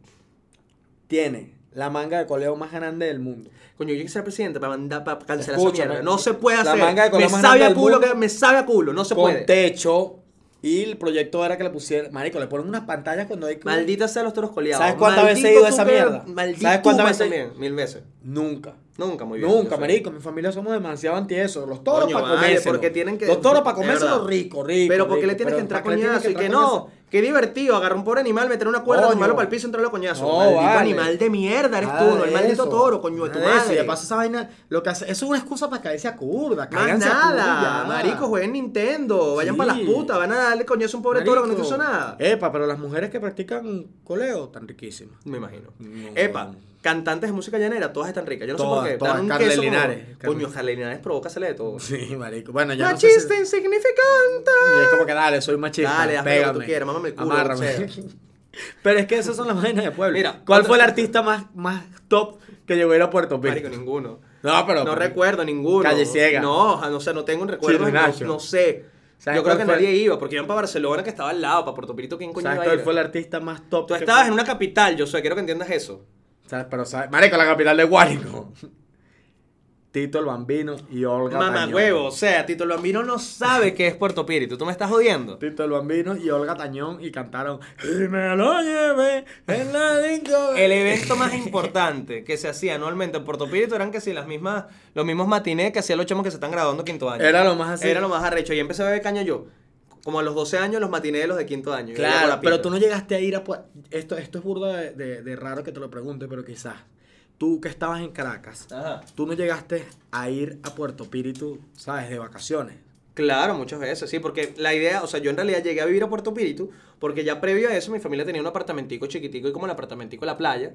Tiene la manga de coleo más grande del mundo. Coño, yo quisiera ser presidente para mandar para cancelar esa Escúchame. mierda. No se puede La hacer. manga de color me más sabe grande a del culo, mundo. que, me sabe a culo, no se con puede. techo y el proyecto era que le pusieran, marico, le ponen unas pantallas cuando hay que- Maldita sea los toros coleados. ¿Sabes cuántas Maldito veces he ido a tú esa que- mierda? Maldito ¿Sabes cuántas tú, veces- también, mil veces. Nunca. Nunca, muy bien. Nunca, yo sé. marico, mi familia somos demasiado anti eso. Los toros Coño, para vale, comerse. porque tienen que- Los toros para es comerse verdad. los ricos, ricos. Pero porque le ricos, tienes que pero entrar ¿para qué le tienes coñazo y que entrar no. coñazo? Qué divertido, agarrar un pobre animal, meter una cuerda, Coño. tomarlo para el piso y entrarlo a coñazo. No, maldito vale. animal de mierda eres Nada tú, no, el de maldito eso. toro, coño de tu Nada de eso, madre. Y de paso esa vaina, lo que hace, eso es una excusa para caerse a curda. Más cáiganse a nada, curda ya. marico, jueguen Nintendo, vayan Sí. para las putas, van a darle coñazo a un pobre toro que no te hizo Marico. nada. Eh, Epa, pero las mujeres que practican coleo están riquísimas. Me imagino. No. Epa, cantantes de música llanera, todas están ricas. Yo no Todas, sé por qué. todas. Dan un Carla queso como- Linares. Coño, Carla Linares provócasele de todo. Sí, marico. Bueno, ya ¡La no sé si- chiste insignificante! Y es como que dale, soy machista. Dale, hazme lo que pégame, tú quieras, mámame el culo, amárrame. lo que sea. Pero es que esas son las vainas de pueblo. Mira, ¿cuál otra- fue el artista más, más top que llegó a ir a Puerto Marico, Rico? ninguno. No, pero. No recuerdo ninguno. Calle Ciega. No, o sea, no, tengo un recuerdo. Chirri no- Nacho. No, sé. ¿Sabes Yo creo cuál que fue? nadie iba, porque iban para Barcelona, que estaba al lado, para Puerto Pirito, ¿quién coño ¿Sabes iba a cuál ir? fue el artista más top? Tú que estabas fue? en una capital, yo sé, quiero que entiendas eso. ¿Sabes? Pero, ¿sabes? Marico, la capital de Guárico. Tito el Bambino y Olga Mamá Tañón. huevo, o sea, Tito el Bambino no sabe qué es Puerto Píritu. Tú me estás jodiendo. Tito el Bambino y Olga Tañón y cantaron Y me lo llevé en la disco El evento más importante que se hacía anualmente en Puerto Píritu eran que si las mismas, los mismos matinés que hacían los chamos que se están graduando quinto año. Era lo más así. Era lo más arrecho. Y empecé a beber caña yo. Como a los 12 años, los matinés de los de quinto año. Yo iba por Claro, la pero pinta. tú no llegaste a ir a... Pue- Esto, esto es burda de, de- de raro que te lo pregunte, pero quizás tú que estabas en Caracas, Ajá. tú no llegaste a ir a Puerto Píritu, ¿sabes? De vacaciones. Claro, muchas veces, sí, porque la idea, o sea, yo en realidad llegué a vivir a Puerto Píritu porque ya previo a eso mi familia tenía un apartamentico chiquitico y como el apartamentico de la playa.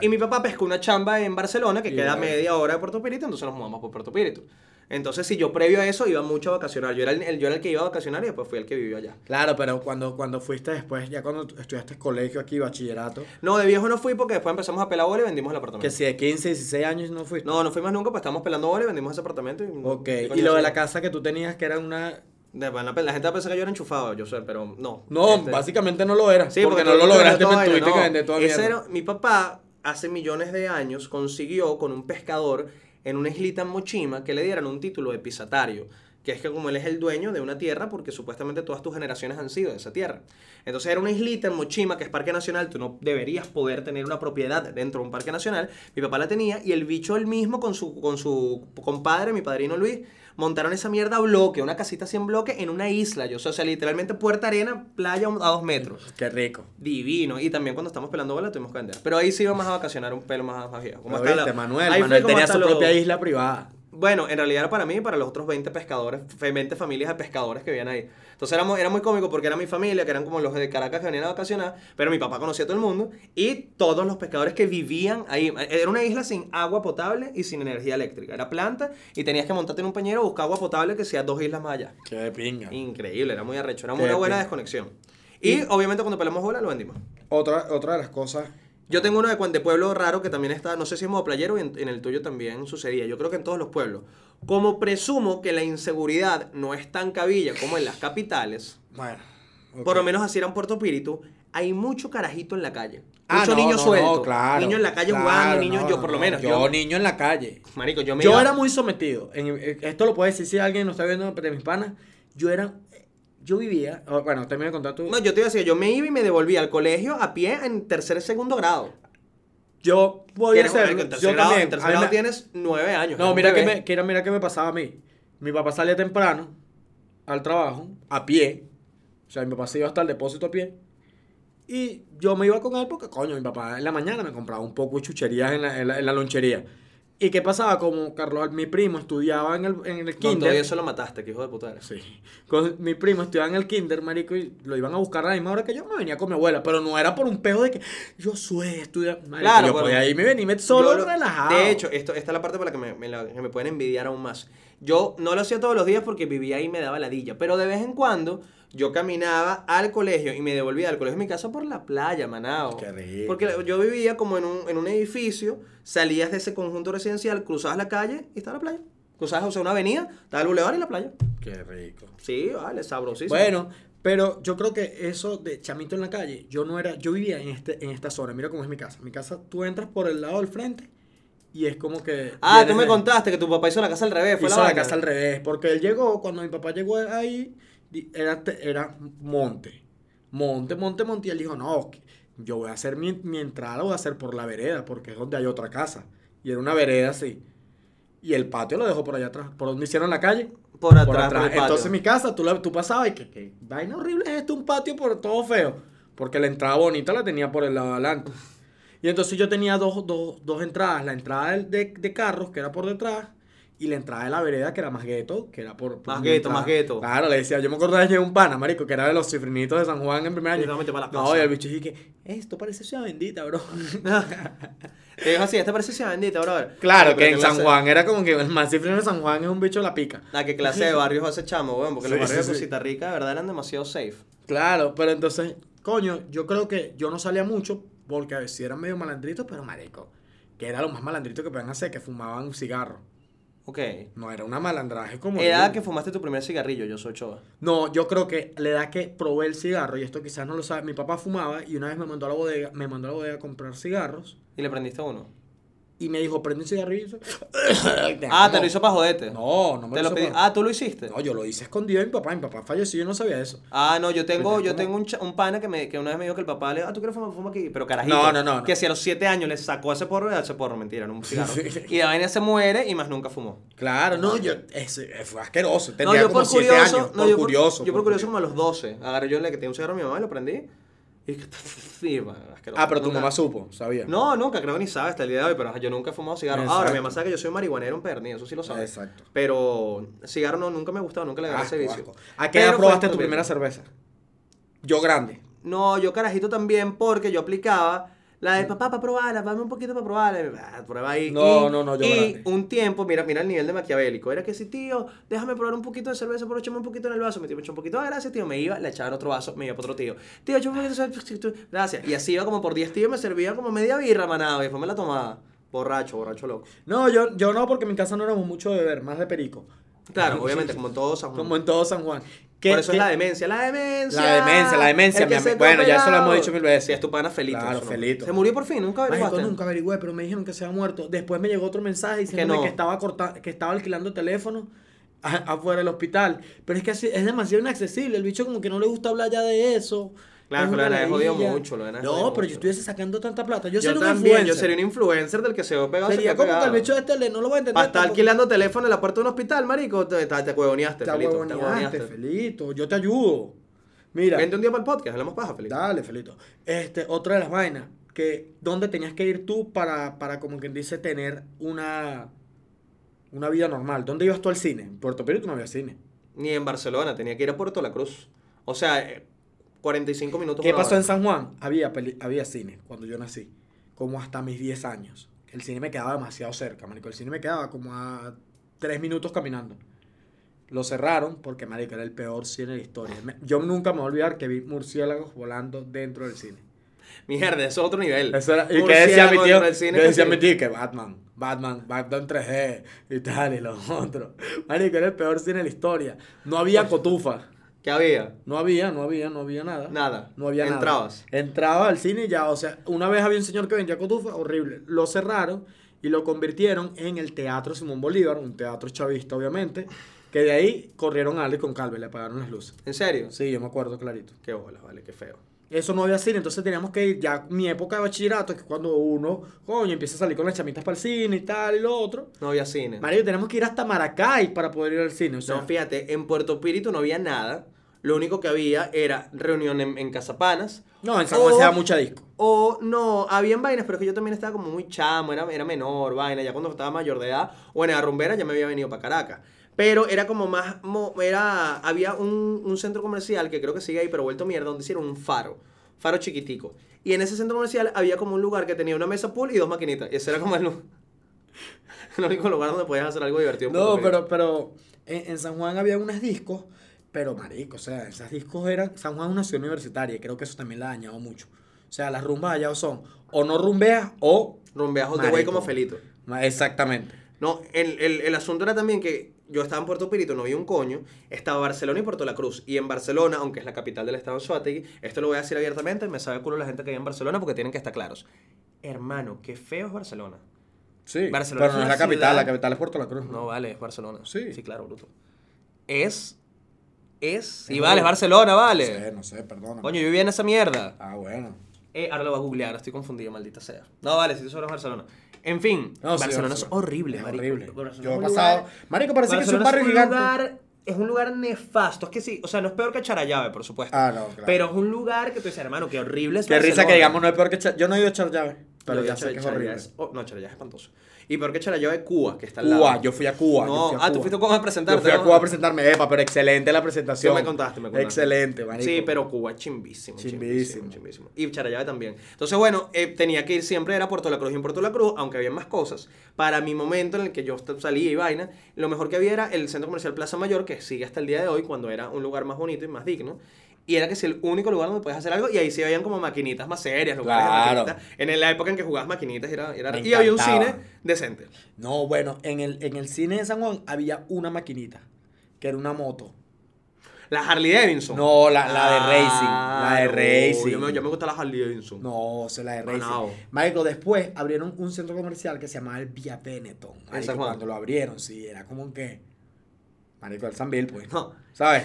Y mi papá pescó una chamba en Barcelona que Y queda a bueno. media hora de Puerto Píritu, entonces nos mudamos por Puerto Píritu. Entonces, si yo previo a eso iba mucho a vacacionar, yo era el, el- yo era el que iba a vacacionar y después fui el que vivió allá. Claro, pero cuando, cuando fuiste después, ya cuando tú estudiaste colegio aquí, bachillerato, No, de viejo no fui porque después empezamos a pelar bola y vendimos el apartamento. que si de 15, 16 años no fuiste. No, no fuimos nunca, pues estábamos pelando bola y vendimos ese apartamento. Y, Ok, ¿qué coño y lo de hacía? la casa que tú tenías que era una... De- van a pe- la gente va a pensar que yo era enchufado, yo sé, pero no. No, Este- básicamente no lo era. Sí, porque, no tú- lo tú lograste, me vendes toda vaina, tuviste no. que vender toda Ese mierda. era- mi papá hace millones de años consiguió con un pescador en una islita en Mochima que le dieran un título de pisatario. Que es que como él es el dueño de una tierra, porque supuestamente todas tus generaciones han sido de esa tierra. Entonces era una islita en Mochima, que es parque nacional, tú no deberías poder tener una propiedad dentro de un parque nacional. Mi papá la tenía y el bicho él mismo con su, con su compadre, mi padrino Luis, montaron esa mierda a bloque, una casita así en bloque, en una isla. Yo, sé, o sea, literalmente puerta arena, playa a dos metros. Qué rico. Divino. Y también cuando estamos pelando bola tuvimos que vender. Pero ahí sí íbamos a vacacionar un pelo más, más viejo. Lo Como hasta viste, la- Manuel. ahí fue Manuel como tenía hasta su los- propia isla privada. Bueno, en realidad era para mí y para los otros 20 pescadores, fe- 20 familias de pescadores que vivían ahí. Entonces era, mu- era muy cómico porque era mi familia, que eran como los de Caracas que venían a vacacionar, pero mi papá conocía a todo el mundo y todos los pescadores que vivían ahí. Era una isla sin agua potable y sin energía eléctrica. Era planta y tenías que montarte en un pañero a buscar agua potable que sea dos islas más allá. Qué pinga. Increíble, era muy arrecho, era Qué una buena pinga. desconexión. Y obviamente cuando pelamos bola lo vendimos. Otra, otra de las cosas. Yo tengo uno de, cuan- de pueblo raro que también está, no sé si es modo playero y en, en el tuyo también sucedía. Yo creo que en todos los pueblos. Como presumo que la inseguridad no es tan cabilla como en las capitales, Bueno. ok. por lo menos así era en Puerto Píritu, hay mucho carajito en la calle. Ah, mucho no, niño no, suelto. no, claro, niño en la calle claro, jugando, niños, no, yo por lo no, menos. Yo, niño en la calle. marico, yo me Yo iba- era muy sometido. En- en- esto lo puede decir si alguien no está viendo de mis panas. Yo era. Yo vivía. oh, Bueno, termina de contar tú. No, yo te iba a decir, yo me iba y me devolvía al colegio a pie en tercer segundo grado. Yo podía Tienes- ser. marico, en Yo tercer grado, también. en tercer A mí grado me- tienes nueve años. eres No, un mira que, bebé. me, que era- mira que me pasaba a mí. Mi papá salía temprano al trabajo, a pie. O sea, mi papá se iba hasta el depósito a pie. Y yo me iba con él porque, coño, mi papá en la mañana me compraba un poco de chucherías en la, en la, en la lonchería. ¿Y qué pasaba? Como Carlos, mi primo, estudiaba en el, en el No, kinder. todavía eso lo mataste, que hijo de puta eres. Sí. Con mi primo estudiaba en el kinder, marico, y lo iban a buscar a la misma hora que yo. Me venía con mi abuela, pero no era por un pejo de que yo sué estudiar. Marico, Claro, yo pero- podía irme y venirme solo Yo lo- relajado. De hecho, esto, esta es la parte por la que me, me la- que me pueden envidiar aún más. Yo no lo hacía todos los días porque vivía ahí y me daba ladilla, pero de vez en cuando yo caminaba al colegio y me devolvía al colegio de mi casa por la playa, Manao. Qué rico. Porque yo vivía como en un, en un edificio, salías de ese conjunto residencial, cruzabas la calle y estaba la playa. Cruzabas, o sea, una avenida, estaba el bulevar y la playa. Qué rico. Sí, vale, sabrosísimo. Bueno, pero yo creo que eso de chamito en la calle, yo no era, yo vivía en este, en esta zona. Mira cómo es mi casa. Mi casa, tú entras por el lado del frente y es como que. Ah, tú vienes me de- contaste que tu papá hizo la casa al revés, fue Hizo la, la vaina. casa al revés, porque él llegó, cuando mi papá llegó ahí, di- era, te- era monte, monte, monte, monte, y él dijo, no, que yo voy a hacer mi, mi entrada, la voy a hacer por la vereda, porque es donde hay otra casa, y era una vereda así, y el patio lo dejó por allá atrás, por donde hicieron la calle, Por atrás, por atrás, por el patio. entonces mi casa, tú, la, tú pasabas, y que, que vaina horrible es esto, un patio por todo feo, porque la entrada bonita la tenía por el lado de adelante. Y entonces yo tenía dos, dos, dos entradas, la entrada del- de, de carros, que era por detrás, y la entrada de la vereda, que era más gueto, que era por... por Más mi gueto, entrada. más gueto. Claro, le decía, yo me acordaba de un pana, marico, que era de los cifrinitos de San Juan en primer año. Directamente para la no, casa. y el bicho dije, esto parece ciudad bendita, bro. Te dijo así, esta parece ciudad bendita, brother. claro, Pero que qué en clase- San Juan era como que el más cifrino de San Juan es un bicho de la pica. ¿A qué clase de barrios hace chamo, weón? Porque los Sí, barrios sí, de sí. Cosita Rica, de verdad, eran demasiado safe. Claro, pero entonces, coño, yo creo que yo no salía mucho porque a veces eran medio malandritos, pero marico, que era lo más malandrito que podían hacer, que fumaban un cigarro. Ok. No, era una malandraje como... Edad yo. que fumaste tu primer cigarrillo, yo soy Ochoa. No, yo creo que la edad que probé el cigarro, y esto quizás no lo sabe, mi papá fumaba y una vez me mandó a la bodega, me mandó a la bodega a comprar cigarros ¿Y le prendiste uno? y me dijo, prende un cigarrillo. Ah, te lo hizo para joderte. Eh, No, no me Te lo lo hizo pedí. para- Ah, tú lo hiciste. No, yo lo hice escondido de mi papá. Mi papá falleció y yo no sabía eso. Ah, no, yo tengo, Pero yo ¿cómo? tengo un, cha- un pana que, me, que una vez me dijo que el papá le ah, tú quieres fumar, fuma aquí, pero carajito. No, no, no, no. Que si a los 7 años le sacó ese porro, ese porro, mentira, no un cigarro. Sí. Y la vaina se muere y más nunca fumó. Claro, no, yo. ese- fue asqueroso. No, Tenía como siete años. no, por yo curioso. Yo por curioso como a los 12. Agarré yo la que tenía un cigarro a mi mamá y lo prendí. Y que- sí, man, asqueroso. Ah, pero tu Nunca- mamá supo, sabía. No, nunca, creo que ni sabe hasta el día de hoy, pero yo nunca he fumado cigarro. Ahora, Exacto. mi mamá sabe que yo soy marihuanero en pernil, eso sí lo sabe. Exacto. Pero cigarro no, nunca me ha gustado, nunca le agarré Asco, ese vicio. asco. ¿A qué edad Pero fue probaste tu estúpido. primera cerveza? Yo grande. No, yo carajito también porque yo aplicaba la de papá para probarla, dame un poquito para probarla. y me, "Ah, prueba ahí. Mm. No, y, no, no, yo Y grande. un tiempo, mira, mira el nivel de maquiavélico. Era que si, tío, déjame probar un poquito de cerveza, pero échame un poquito en el vaso. Me tío me echó un poquito, ah, gracias, tío. Me iba, le echaba en otro vaso, me iba para otro tío. Tío, échame un poquito de cerveza, gracias. Y así iba como por 10 tíos, y me servía como media birra, manado, y después me la tomaba. Borracho, borracho loco. No, yo, yo no, porque en mi casa no éramos mucho de beber, más de perico. Claro, obviamente, como en todos San Juan. Como en todo San Juan. Ah. por eso es la demencia, la demencia. La demencia, la demencia, el que mi se am- bueno, ya eso lo hemos copelado. dicho mil veces. Sí, es tu pana Felito. Claro, eso no. Felito. Se murió por fin, nunca Marico, averiguaste. nunca averigüé, pero me dijeron que se había muerto. Después me llegó otro mensaje diciéndome que, no. estaba corta, que estaba alquilando teléfono a- afuera del hospital. Pero es que así- es demasiado inaccesible. El bicho como que no le gusta hablar ya de eso. Claro, Es lo una de la he jodido ladilla. mucho, lo de la he No, jodido pero mucho. yo estuviese sacando tanta plata. Yo, Yo sería un también, yo influencer. sería un influencer del que se va pegado. Sería se quedó como que pegado. el bicho de este le- no lo va a entender. Para estar tampoco. alquilando teléfono en la puerta de un hospital, marico, te, te, te huevoneaste, Te Felito. Te huevoneaste, huevoneaste. Felito. Yo te ayudo. Mira. Vente un día para el podcast, hablamos paja, Felito. Dale, Felito. Este, otra de las vainas, que dónde tenías que ir tú para, para como quien dice, tener una, una vida normal. ¿Dónde ibas tú al cine? En Puerto Pirito no había cine. Ni en Barcelona, tenía que ir a Puerto La Cruz. O sea, eh, 45 minutos. ¿Qué una pasó hora. en San Juan? Había, peli- había cine cuando yo nací, como hasta mis 10 años. El cine me quedaba demasiado cerca, marico. El cine me quedaba como a 3 minutos caminando. Lo cerraron porque, marico, era el peor cine de la historia. Me- Yo nunca me voy a olvidar que vi murciélagos volando dentro del cine. Mierda, eso es otro nivel. Eso era- y que Murciélago decía mi tío, dentro del cine, que que decía sí. mi tío que Batman, Batman, Batman 3D y tal y los otros. Marico, era el peor cine de la historia. No había cotufa. ¿Qué había? No había, no había, no había nada. Nada. No había nada. Entrabas. Entrabas al cine y ya, o sea, una vez había un señor que vendía cotufa, horrible. Lo cerraron y lo convirtieron en el Teatro Simón Bolívar, un teatro chavista, obviamente, que de ahí corrieron a Alex con Calve, le apagaron las luces. ¿En serio? Sí, yo me acuerdo clarito. Qué bola, vale, qué feo. Eso no había cine, entonces teníamos que ir ya mi época de bachillerato, que es cuando uno, coño, empieza a salir con las chamitas para el cine y tal y lo otro. No había cine. Marico, tenemos que ir hasta Maracay para poder ir al cine, o sea, No, fíjate, en Puerto Píritu no había nada. Lo único que había era reunión en, en Casapanas. no, en San Juan se O- da mucha disco. O no, habían vainas, pero es que yo también estaba como muy chamo, era, era menor, vaina. Ya cuando estaba mayor de edad, o en la rumbera ya me había venido para Caracas. Pero era como más. mo- era, había un, un centro comercial que creo que sigue ahí, pero vuelto mierda, donde hicieron un faro. Faro chiquitico. Y en ese centro comercial había como un lugar que tenía una mesa pool y dos maquinitas. Y ese era como el, lu- el único lugar donde podías hacer algo divertido. en Puerto No, Píritu. pero, pero en, en San Juan había unas discos, pero marico, o sea, esas discos eran. San Juan es una ciudad universitaria, y creo que eso también la ha dañado mucho. O sea, las rumbas allá son o no rumbeas o. Rumbeas all the way marico. como Felito. Ma- Exactamente. No, el, el- el asunto era también que yo estaba en Puerto Pirito, no vi un coño, estaba Barcelona y Puerto La Cruz. Y en Barcelona, aunque es la capital del estado Suátegui, esto lo voy a decir abiertamente, me sabe culo la gente que vive en Barcelona porque tienen que estar claros. Hermano, qué feo es Barcelona. Sí, Barcelona pero no es es una la capital, ciudad- la capital es Puerto La Cruz. No vale, es Barcelona. Sí. Sí, claro, bruto. Es. Es. Y Es vale, es horrible. Barcelona, No vale. sé, no sé, perdóname. Coño, yo vivía en esa mierda. Ah, bueno. Eh, ahora lo voy a googlear, estoy confundido, maldita sea. No, vale, si tú solo es Barcelona. En fin, No, sí, Barcelona es horrible, es marico. horrible. Barcelona Yo es he un pasado. lugar- Marico, parece que es un Barcelona barrio gigante. Lugar, es un lugar nefasto. Es que sí, o sea, no es peor que Charallave, por supuesto. Ah, no, claro. Pero es un lugar que tú dices, hermano, qué horrible es Qué risa Barcelona. que digamos, no es peor que Char- Yo no he ido a echar llave, pero Yo ya he sé hecho que de es Charallave horrible. es- oh, no, Charallave es espantoso. Y peor que Charallave es Cuba, que está al lado. Cuba, yo fui a Cuba. yo No, fui a ah, tú Cuba. fuiste a Cuba a presentarte, Yo fui a ¿no? Cuba a presentarme, epa, pero excelente la presentación. Sí, me contaste, me contaste. Excelente, marico. Sí, pero Cuba es chimbísimo. Chimbísimo. Chimbísimo. chimbísimo. Y Charallave también. Entonces, bueno, eh, tenía que ir siempre, era Puerto La Cruz y en Puerto La Cruz, aunque había más cosas. Para mi momento en el que yo est- salía y vaina, lo mejor que había era el centro comercial Plaza Mayor, que sigue hasta el día de hoy, cuando era un lugar más bonito y más digno. Y era que si el único lugar donde podías hacer algo, y ahí sí habían como maquinitas más serias, lugares Claro. de maquinitas. En la época en que jugabas maquinitas, era, era Me y había un cine encantaba. decente. No, bueno, en el, en el cine de San Juan había una maquinita, que era una moto. La Harley Davidson. No, la, la de Ah, Racing. La de no, Racing. Yo me, yo me gusta la Harley Davidson. No, se la de Manao. Racing. Marico, después abrieron un centro comercial que se llamaba el Via Benetton. Marico, San Juan. cuando lo abrieron, sí, era como que. Marico, el San Bill, pues. No. ¿Sabes?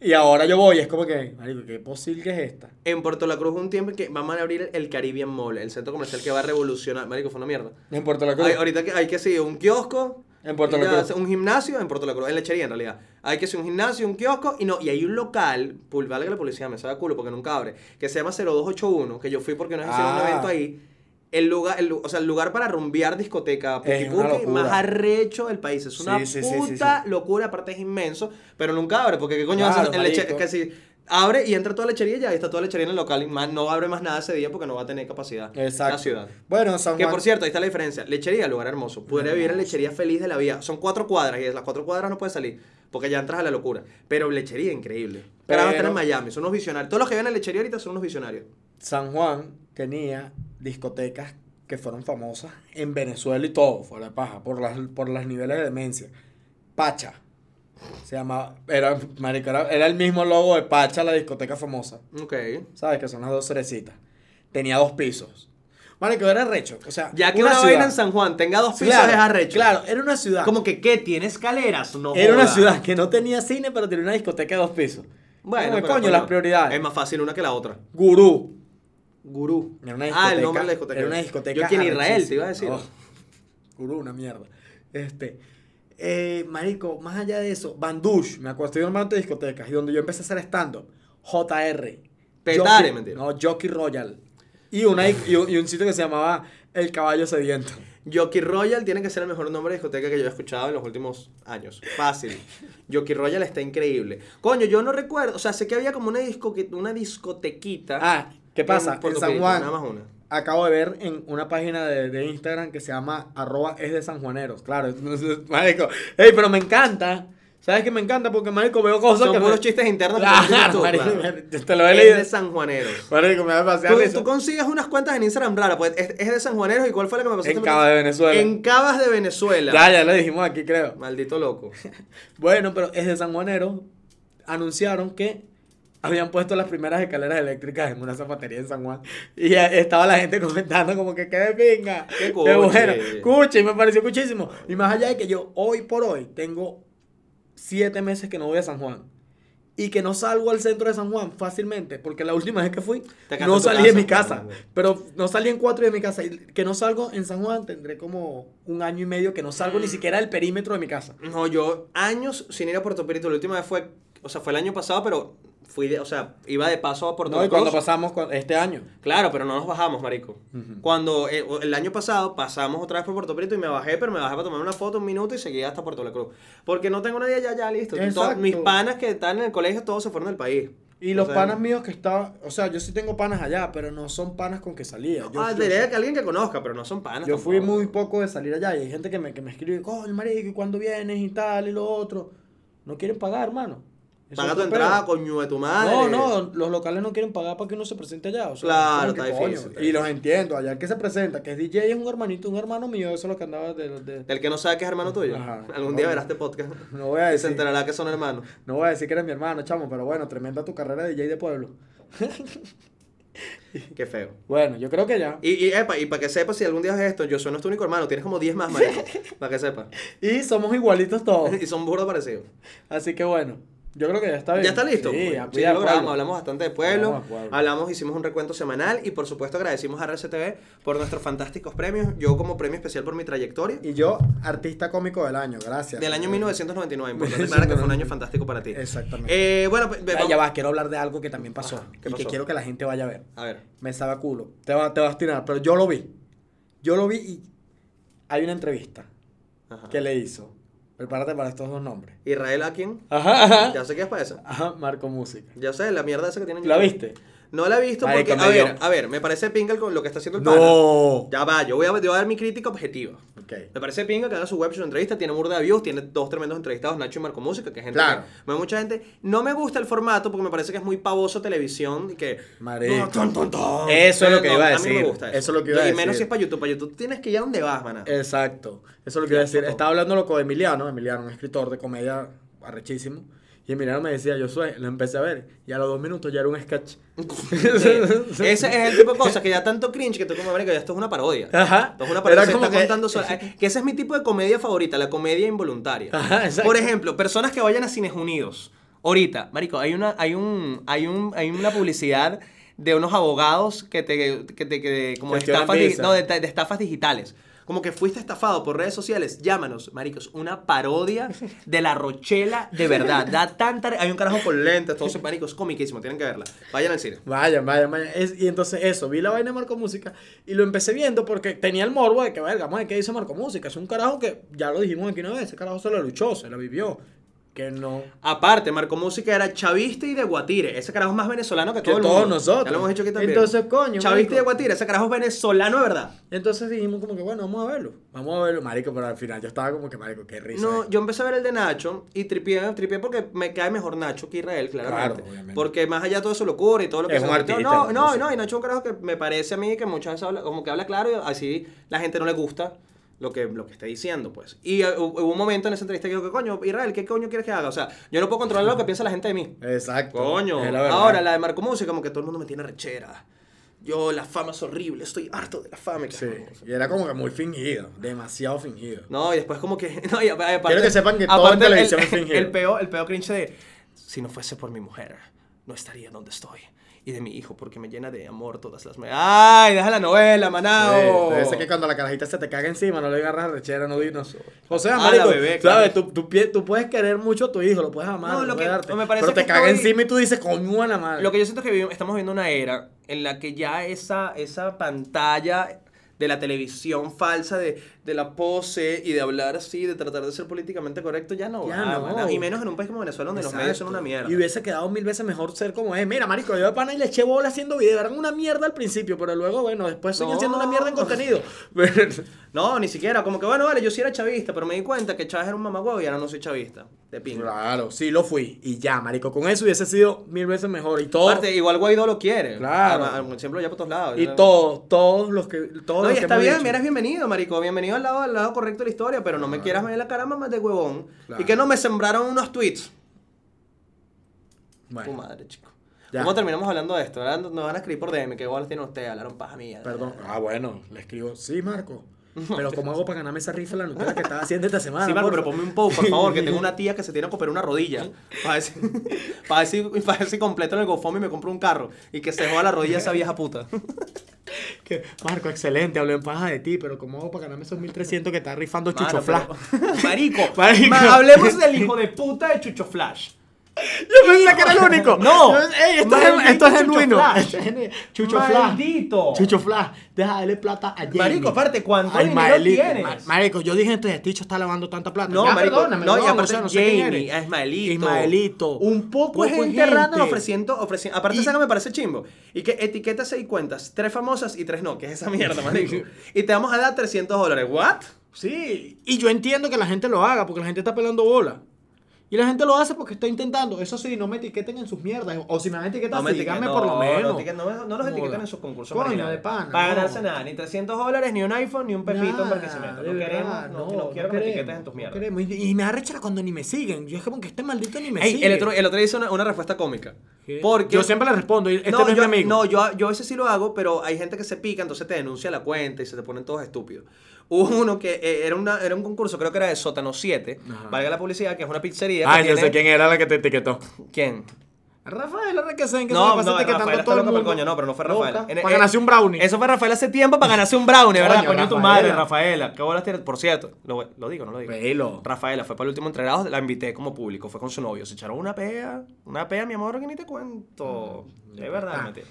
y ahora yo voy, y es como que. Marico, qué posible que es esta. En Puerto La Cruz hubo un tiempo en que vamos a abrir el Caribbean Mall, el centro comercial que va a revolucionar. Marico, fue una mierda. En Puerto La Cruz. Hay- ahorita que hay que seguir un kiosco. En Puerto La ya, Cruz. Un gimnasio en Puerto La Cruz, en lechería en realidad. Hay que hacer un gimnasio, un kiosco y no. Y hay un local, pul- vale que la policía me sabe culo porque nunca abre, que se llama 0281, que yo fui porque nos hicieron Ah. un evento ahí. El lugar, el lu- o sea, el lugar para rumbear discoteca, Es puki-puki, una locura. más arrecho del país. Es una Sí, sí, sí, sí, puta locura, aparte es inmenso, pero nunca abre, porque qué coño Claro, hace en leche- marico. que si abre y entra toda la lechería y ya está toda la lechería en el local y más, no abre más nada ese día porque no va a tener capacidad Exacto. la ciudad. Bueno, San Juan. Que por cierto, ahí está la diferencia. Lechería, lugar hermoso. Podría vivir en lechería feliz de la vida. Son cuatro cuadras y de las cuatro cuadras no puedes salir porque ya entras a la locura. Pero lechería, increíble. Pero Pero- van a estar en Miami, son unos visionarios. Todos los que ven en lechería ahorita son unos visionarios. San Juan tenía discotecas que fueron famosas en Venezuela y todo, fuera de paja, por las, por las niveles de demencia. Pacha. Se llamaba, era, marico, era, era el mismo logo de Pacha, la discoteca famosa. Ok. ¿Sabes? Que son las dos cerecitas. Tenía dos pisos. Marico, era recho. O sea, Ya que una una ciudad- vaina en San Juan tenga dos pisos Claro, es arrecho. Claro, era una ciudad. Como que, ¿qué? ¿Tiene escaleras? No era una joda. ciudad que no tenía cine, pero tenía una discoteca de dos pisos. Bueno, Como que, pero coño, coño, las prioridades. Es más fácil una que la otra. Gurú. Gurú. Era una ah, el discoteca- nombre de la discoteca. Era una discoteca. Yo aquí en Israel te arrechísima. iba a decir. Oh, Gurú, una mierda. Este. eh, marico, más allá de eso, Bandush, me acuerdo, estoy en un montón de discotecas y donde yo empecé a hacer stand-up, JR. Petare, Jockey- mentira. No, Jockey Royal. Y, una, y, un, y un sitio que se llamaba El Caballo Sediento. Jockey Royal tiene que ser el mejor nombre de discoteca que yo he escuchado en los últimos años. Fácil. Jockey Royal está increíble. Coño, yo no recuerdo. O sea, sé que había como una, disco, una discotequita. Ah, ¿qué pasa? En, Puerto San Rico, Juan. Nada más una. Acabo de ver en una página de, de Instagram que se llama arroba es de sanjuaneros. Claro, entonces, marico. Ey, pero me encanta. ¿Sabes que me encanta? Porque, marico, veo cosas Son que... me- puros chistes internos. que Claro, no tienes tú, marico, claro. me- te lo he Es leído. de San Juaneros. Marico, me va a Tú, pasear tú consigues unas cuentas en Instagram raras, pues es, es de San Juaneros y cuál fue la que me pasaste. En Cabas de Venezuela. En Cabas de Venezuela. Ya, ya lo dijimos aquí, creo. Maldito loco. Bueno, pero es de sanjuaneros. Anunciaron que habían puesto las primeras escaleras eléctricas en una zapatería en San Juan. Y eh, estaba la gente comentando como que qué de pinga. Qué Qué bueno. coche. Cuchi, me pareció cuchísimo. Y más allá de que yo hoy por hoy tengo siete meses que no voy a San Juan. Y que no salgo al centro de San Juan fácilmente, porque la última vez que fui, Te quedaste no en tu salí de casa, mi casa. marico. Pero no salí en cuatro de mi casa. Y que no salgo en San Juan, tendré como un año y medio que no salgo Mm. ni siquiera del perímetro de mi casa. No, yo años sin ir a Puerto Pirito. La última vez fue, o sea, fue el año pasado, pero fui de, o sea, iba de paso a Puerto No, y Cruz. cuando pasamos cua- este año. Claro, pero no nos bajamos, marico. Ujú. Cuando eh, o- el, año pasado pasamos otra vez por Puerto Prieto y me bajé, pero me bajé para tomar una foto un minuto y seguí hasta Puerto La Cruz. Porque no tengo nadie allá, ya listo. Todos- Exacto. mis panas que están en el colegio, todos se fueron del país. Y O los sea, panas míos que estaban, o sea, yo sí tengo panas allá, pero no son panas con que salía. Yo, Ah, yo- diría que alguien que conozca, pero no son panas. yo fui tampoco. muy poco de salir allá y hay gente que me, que me escribe, coño, marico, ¿y cuándo vienes? Y tal, y lo otro. No quieren pagar, hermano. Eso Paga es tu otro entrada, pedo. coño de tu madre. No, no, los locales no quieren pagar para que uno se presente allá. o sea, Claro, como que, está coño, difícil, está Y los entiendo, allá el que se presenta, que es DJ, es un hermanito, un hermano mío, eso es lo que andaba de... de- El que no sabe que es hermano tuyo. Ajá. Algún día verás este podcast. No voy a Se decir, enterará que son hermanos. no voy a decir que eres mi hermano, chamo, pero bueno, tremenda tu carrera de DJ de pueblo. Qué feo. Bueno, yo creo que ya. Y, y, epa, y para que sepas, si algún día ves esto, yo soy nuestro único hermano. Tienes como 10 más, marico. para que sepas. Y somos igualitos todos. Y son burros parecidos. Así que bueno, yo creo que ya está bien. ¿Ya está listo? Sí, Bueno, a sí, cuidar lo pueblo. grabamos, hablamos bastante de pueblo, Hablamos de pueblo. hablamos, hicimos un recuento semanal y por supuesto agradecimos a RCTV por nuestros fantásticos premios. Yo como premio especial por mi trayectoria Y yo, artista cómico del año, gracias. del año 1999, importante aclarar que fue un año fantástico para ti. Exactamente. Eh, bueno, pues, ve- Ya, ya va, quiero hablar de algo que también pasó. Ajá, y ¿qué que pasó? quiero que la gente vaya a ver. a ver, Me sabe a culo. Te, va- te vas a estirar, pero yo lo vi. Yo lo vi y hay una entrevista ajá. que le hizo. Prepárate para estos dos nombres. Israel a quién? Ajá, ajá. Ya sé qué es para eso. Ajá, Marco Música. Ya sé, la mierda esa que tienen. ¿La viste? No la he visto Marico, porque, a me ver, dio- a ver, me parece pinga el- lo que está haciendo el pana. No. Ya va, yo voy a, yo voy a dar mi crítica objetiva. Ok. Me parece pinga que haga su web show entrevista, tiene burda de views, tiene dos tremendos entrevistados, Nacho y Marco Música, que es gente Claro. que- ve mucha gente. No me gusta el formato porque me parece que es muy pavoso televisión y que Marico. No, ton, ton, ton. Eso es lo que No, iba a mí no decir. me gusta eso. Eso es lo que iba a Y menos decir. si es para YouTube, para YouTube tienes que ir a donde vas, maná. Exacto. Eso es lo que iba a decir. Estaba hablando con Emiliano, Emiliano, un escritor de comedia arrechísimo. Y el Emiliano me decía, yo soy, lo empecé a ver. Y a los dos minutos ya era un sketch. Sí. Ese es el tipo de cosas que ya tanto cringe que tú como marico, ya esto es una parodia. Ajá. Esto es una parodia. Era se como está que- contando sola. Eh, que ese es mi tipo de comedia favorita, la comedia involuntaria. Ajá, exacto. Por ejemplo, personas que vayan a Cines Unidos. Ahorita, marico, hay una, hay un, hay un, hay una publicidad de unos abogados que te, que te, que como Que te dan estafas, di- visa. no, de, de estafas digitales. Como que fuiste estafado por redes sociales, llámanos, maricos, una parodia de la Rochela de verdad. Da tanta, hay un carajo con lentes, todos esos maricos, comiquísimo, tienen que verla. Vayan al cine. Vaya, vaya, vaya. Es- y entonces eso, vi la vaina de Marco Música y lo empecé viendo porque tenía el morbo de que, verga, madre, ¿qué dice Marco Música? Es un carajo que, ya lo dijimos aquí una vez, ese carajo se lo luchó, se lo vivió. Que no. Aparte, Marco Música era chavista y de Guatire. Ese carajo es más venezolano que, Que todo el todos mundo. nosotros. Ya lo hemos dicho aquí también. Entonces, coño, Chavista marico. y de Guatire. Ese carajo es venezolano de verdad. Entonces dijimos como que, bueno, vamos a verlo. Vamos a verlo, marico, pero al final yo estaba como que, marico, qué risa. No, eh. yo empecé a ver el de Nacho y tripié, tripié porque me cae mejor Nacho que Israel, claramente. Claro, obviamente. porque más allá de toda su locura y todo lo que Es se un metió- artista, No, Marco no, Música. no, y Nacho es un carajo que me parece a mí que muchas veces habla, como que habla claro y así la gente no le gusta lo que, lo que esté diciendo, pues. Y eh, hu- hubo un momento en esa entrevista que dijo, que coño, Israel, ¿qué coño quieres que haga? O sea, yo no puedo controlar lo que piensa la gente de mí. Exacto. Coño. Es la verdad. Ahora la de Marco Música, como que todo el mundo me tiene rechera. Yo, la fama es horrible, estoy harto de la fama. y que- ah, Sí, y era como que muy fingido, demasiado fingido. No, y después como que... No, y a- aparte, Quiero que sepan que todo en aparte el- televisión es fingido. El peor, el peor cringe de... Si no fuese por mi mujer, no estaría donde estoy. Y de mi hijo, porque me llena de amor todas las... ma- ¡Ay, deja la novela, manao! Sí, Ese que cuando la carajita se te caga encima, no le agarras rechera, no dinos. O sea, Ah, marico, la ¿sabes? bebé, claro. Tú, tú pie- tú puedes querer mucho a tu hijo, lo puedes amar, No, lo lo puedes que- darte, me parece pero te que caga estoy- encima y tú dices, coño, a la madre. Lo que yo siento es que vivi- estamos viendo una era en la que ya esa, esa pantalla de la televisión falsa, de, de la pose y de hablar así, de tratar de ser políticamente correcto, ya no Ya va, no. maná. Y menos en un país como Venezuela donde los Exacto. medios son una mierda. Y hubiese quedado mil veces mejor ser como es. Mira, marico, yo de pana y le eché bola haciendo video. Eran una mierda al principio, pero luego, bueno, después siguen No. siendo una mierda en contenido. No, ni siquiera. Como que, bueno, vale, yo sí era chavista, pero me di cuenta que Chávez era un mamagüevo y ahora no soy chavista. De pinga. claro, sí lo fui. Y ya, marico, con eso hubiese sido mil veces mejor. Y todo. Aparte, igual Guaidó lo quiere. Claro. Ah, ah, siempre lo lleva por todos lados. y todos, todos los que. Todos No, los y que está hemos bien, dicho. eres bienvenido, marico. Bienvenido al lado, al lado correcto de la historia, pero no me quieras ver la cara mamá de huevón. Claro. Y que no me sembraron unos tweets. Bueno. Tu madre, chico. Ya. ¿Cómo terminamos hablando de esto? Ahora Nos van a escribir por DM, que igual tienen ustedes, hablaron paja mía. Perdón. Ah, bueno, le escribo, sí, Marco. Pero ¿cómo hago para ganarme esa rifa en la Nutella que estaba haciendo esta semana? Sí, Marco, porfa? pero ponme un post, por favor, que tengo una tía que se tiene que operar una rodilla. Para ver si, para ver si, para ver si completo en el GoFundMe y me compro un carro. Y que se joda la rodilla esa vieja puta. Que, Marco, excelente, hablo en paja de ti, pero ¿cómo hago para ganarme esos 1300 que está rifando Mano, Chucho Flash? pero- Marico, Marico. ma- hablemos del hijo de puta de Chucho Flash. Yo pensé que era el único. No. Yo- ey, esto, es, Maldito esto es Chucho genuino. Flash. Esto es genuino. Chucho Maldito. Flash. Chucho Flash. Deja de darle plata a Jamie. Marico, aparte, ¿cuánto dinero tienes? marico, yo dije entonces, este bicho está lavando tanta plata. No, Ya, marico, perdóname, no, y huevón, aparte o sea, no sé quién Jamie, eres. a Ismaelito. Ismaelito. Un poco, Poco gente, gente. random ofreciendo, ofreciendo. Aparte, Y- esa que me parece chimbo. Y que etiqueta seis cuentas, tres famosas y tres no, que es esa mierda, marico. y te vamos a dar 300 dólares. ¿What? Sí, y yo entiendo que la gente lo haga porque la gente está pelando bola. Y la gente lo hace porque está intentando. Eso sí, no me etiqueten en sus mierdas. O si me van a etiquetar, sí, etiqueten, díganme no, por lo no menos. etiqueten, No, no los Joda. etiquetan en sus concursos. Coño, marginales. de pana. Para no. ganarse nada, ni 300 dólares, ni un iPhone, ni un pepito Nada, para que se meta. No de queremos, verdad, no, no quiero que me queremos, etiquetes en tus no mierdas. queremos. Y, y me arrechera cuando ni me siguen. Yo es como que este maldito ni me Ey, sigue. el otro, el otro hizo una, una respuesta cómica. ¿Qué? Porque Yo siempre le respondo, y este no, es yo, mi amigo. no, yo, yo a veces sí lo hago, pero hay gente que se pica, entonces te denuncia la cuenta y se te ponen todos estúpidos. Hubo uno que eh, era, una, era un concurso, creo que era de Sótano 7, Ajá. valga la publicidad, que es una pizzería. Ay, que yo tiene- sé quién era la que te etiquetó. ¿Quién? Rafael Arrequecén, que No, se la pasa no, etiquetando Rafael, a todo está el loco por mundo. el coño, no, pero no fue Rafael. Loca. En- Para eh, ganarse un brownie. Eso fue Rafael hace tiempo para ganarse un brownie, ¿verdad? Coño, Coño, tu madre, Rafaela. Rafaela. Qué bolas tienes. Por cierto, lo, lo digo, no lo digo. Velo. Rafaela fue para el último entregado, la invité como público, fue con su novio. Se echaron una pea, una pea, mi amor, que ni te cuento. De verdad, Ah. me tiro.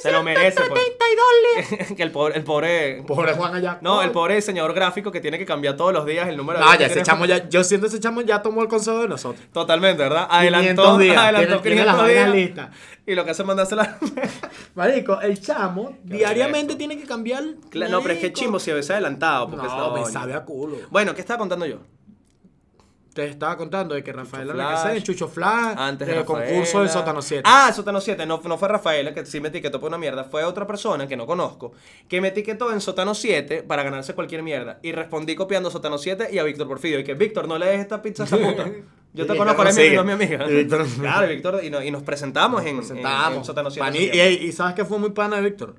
Se lo merece, pues. que, el pobre, el pobre. Pobre Juan allá. No, el pobre diseñador gráfico que tiene que cambiar todos los días el número de. No, veces Ah, ya que ese tiene- chamo ya, yo siento ese chamo ya tomó el consejo de nosotros. Totalmente, ¿verdad? Adelantó, 500 días. adelantó Tiene- tiene las 500 días. vainas listas. Y lo que hace es mandársela. Marico, el chamo diariamente diariamente tiene que cambiar. Cla- no, pero es que chimbo si hubiese adelantado. Porque No, me coño. sabe a culo. Bueno, ¿qué estaba contando yo? Te estaba contando de que Rafael Flash. Arrequecén, Chucho Flash, Antes el de Rafaela. concurso Ah, del sótano 7. Ah, Sótano 7. No, no fue Rafaela, que sí me etiquetó por una mierda. Fue otra persona que no conozco, que me etiquetó en Sótano 7 para ganarse cualquier mierda. Y respondí copiando Sótano 7 y a Víctor Porfidio. Y que, Víctor, no le des esta pizza a esa puta. Yo te Víctor conozco, nos eres mi amigo, sigue. mi amiga. Y Víctor nos sigue. claro, Víctor, y, no- y nos presentamos en, en, en presentamos. Sótano Cien Pani- y, Cien. y sabes que fue muy pana de Víctor.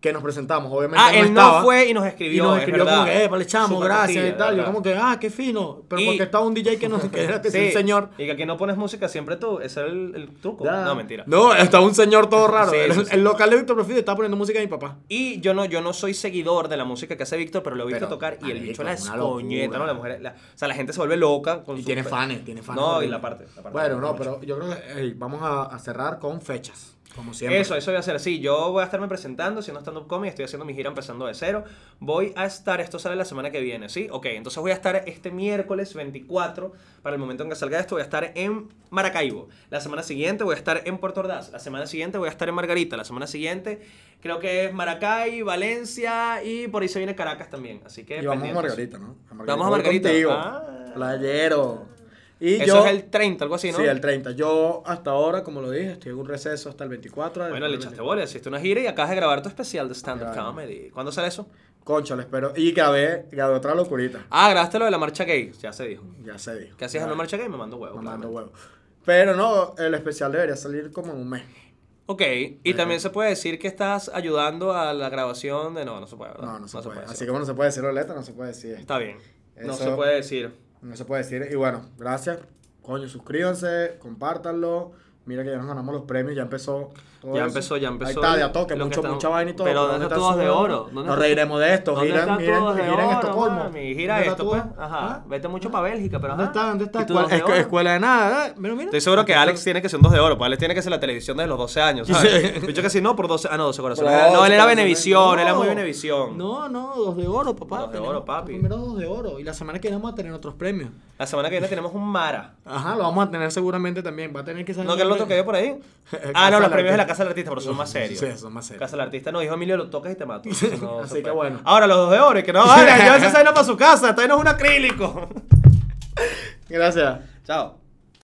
Que nos presentamos, obviamente. Ah, él estaba. no fue y nos escribió. Y nos es escribió como verdad. que, eh, vale, chamo, Súper gracias cotilla, y tal. Yo ¿verdad? como que, ah, qué fino. Pero Y- porque estaba un DJ que no que era que Sí, sí, un señor. Y que aquí no pones música siempre tú. Ese es el, el truco. Ya. No, mentira. No, estaba un señor todo raro. Sí, el, sí, sí. el local de Víctor Profito estaba poniendo música de mi papá. Y yo no, yo no soy seguidor de la música que hace Víctor, pero lo he visto Pero, tocar y el marico, bicho la es una locura. escoñeta, ¿no? La mujer, la- o sea, la gente se vuelve loca. Con Y su- tiene fans, tiene fans. No, y horrible. la parte. la parte Bueno, no, mucho. pero yo creo que ey, vamos a, a cerrar con fechas, como siempre. Eso, eso voy a hacer así. Yo voy a estarme presentando, haciendo stand-up comedy, estoy haciendo mi gira empezando de cero. Voy a estar, esto sale la semana que viene, ¿sí? Ok, entonces voy a estar este miércoles 24, para el momento en que salga esto, voy a estar en Maracaibo. La semana siguiente voy a estar en Puerto Ordaz. La semana siguiente voy a estar en Margarita. La semana siguiente creo que es Maracay, Valencia y por ahí se viene Caracas también. Así que. Y vamos a Margarita, pendientes. ¿no? Vamos a voy Margarita. contigo, Ah. Playero. Y Eso yo, es el 30, algo así, ¿no? Sí, el 30. Yo hasta ahora, como lo dije, estoy en un receso hasta el 24. Bueno, después le el echaste 24. bola, hiciste una gira y acabas de grabar tu especial de stand-up Claro. comedy. ¿Cuándo sale eso? Concha, lo espero. Y grabé, grabé otra locurita. Ah, grabaste lo de la marcha gay, ya se dijo. Ya se dijo. ¿Qué hacías en Ya, una marcha gay? Me mando huevo. Mamando claramente. huevo. Pero no, el especial debería salir como en un mes. Ok, y también se puede decir que estás ayudando a la grabación de... No, no se puede, ¿verdad? No, no se puede. Así decir. como no se puede decir Oleta, no se puede decir. esto. Está bien. No Eso- se puede decir. No se puede decir. Y bueno, gracias. Coño, suscríbanse, compártanlo. Mira que ya nos ganamos los premios, ya empezó todo Ya eso. empezó, ya Ahí empezó está, el- de a toque, lo que mucho, está- mucha vaina y todo. Pero ¿dónde está todos de su- oro? ¿Dónde Nos está- reiremos de esto. ¿Dónde Giran, están giran, todos de giran en oro, Estocolmo. mami? Gira ¿Dónde está esto, todo? pues. Ajá, ¿Ah? vete mucho para Bélgica, pero ¿Dónde ajá. está? ¿Dónde está? ¿Y tú Escuela- dónde escu- vas? escuela de nada. ¿eh? Mira, mira. Estoy seguro que Aquí Alex está- tiene que ser un dos de oro, pues Alex tiene que ser la televisión desde los 12 años, ¿sabes? Sí. Dicho que si no, por 12... Ah, no, 12 corazones. Pero- no, él era no, Benevisión, él era no. muy Benevisión. No, no, dos de oro, papá. Dos de Tenemos oro, papi. los Primeros dos de oro. Y la semana que viene vamos a tener otros premios. La semana que viene tenemos un Mara. Ajá, lo vamos a tener seguramente también. Va a tener que salir. No, que el otro que vio por ahí. Casa Ah, no, del los premios de la Artista. Casa del Artista, pero son más serios. Sí, son más serios. Casa del Artista no dijo Emilio, lo tocas y te mato. Eso no Así se que puede. bueno. Ahora los dos de oro, y que no, ahora yo se para su casa, todavía no es un acrílico. Gracias. Chao.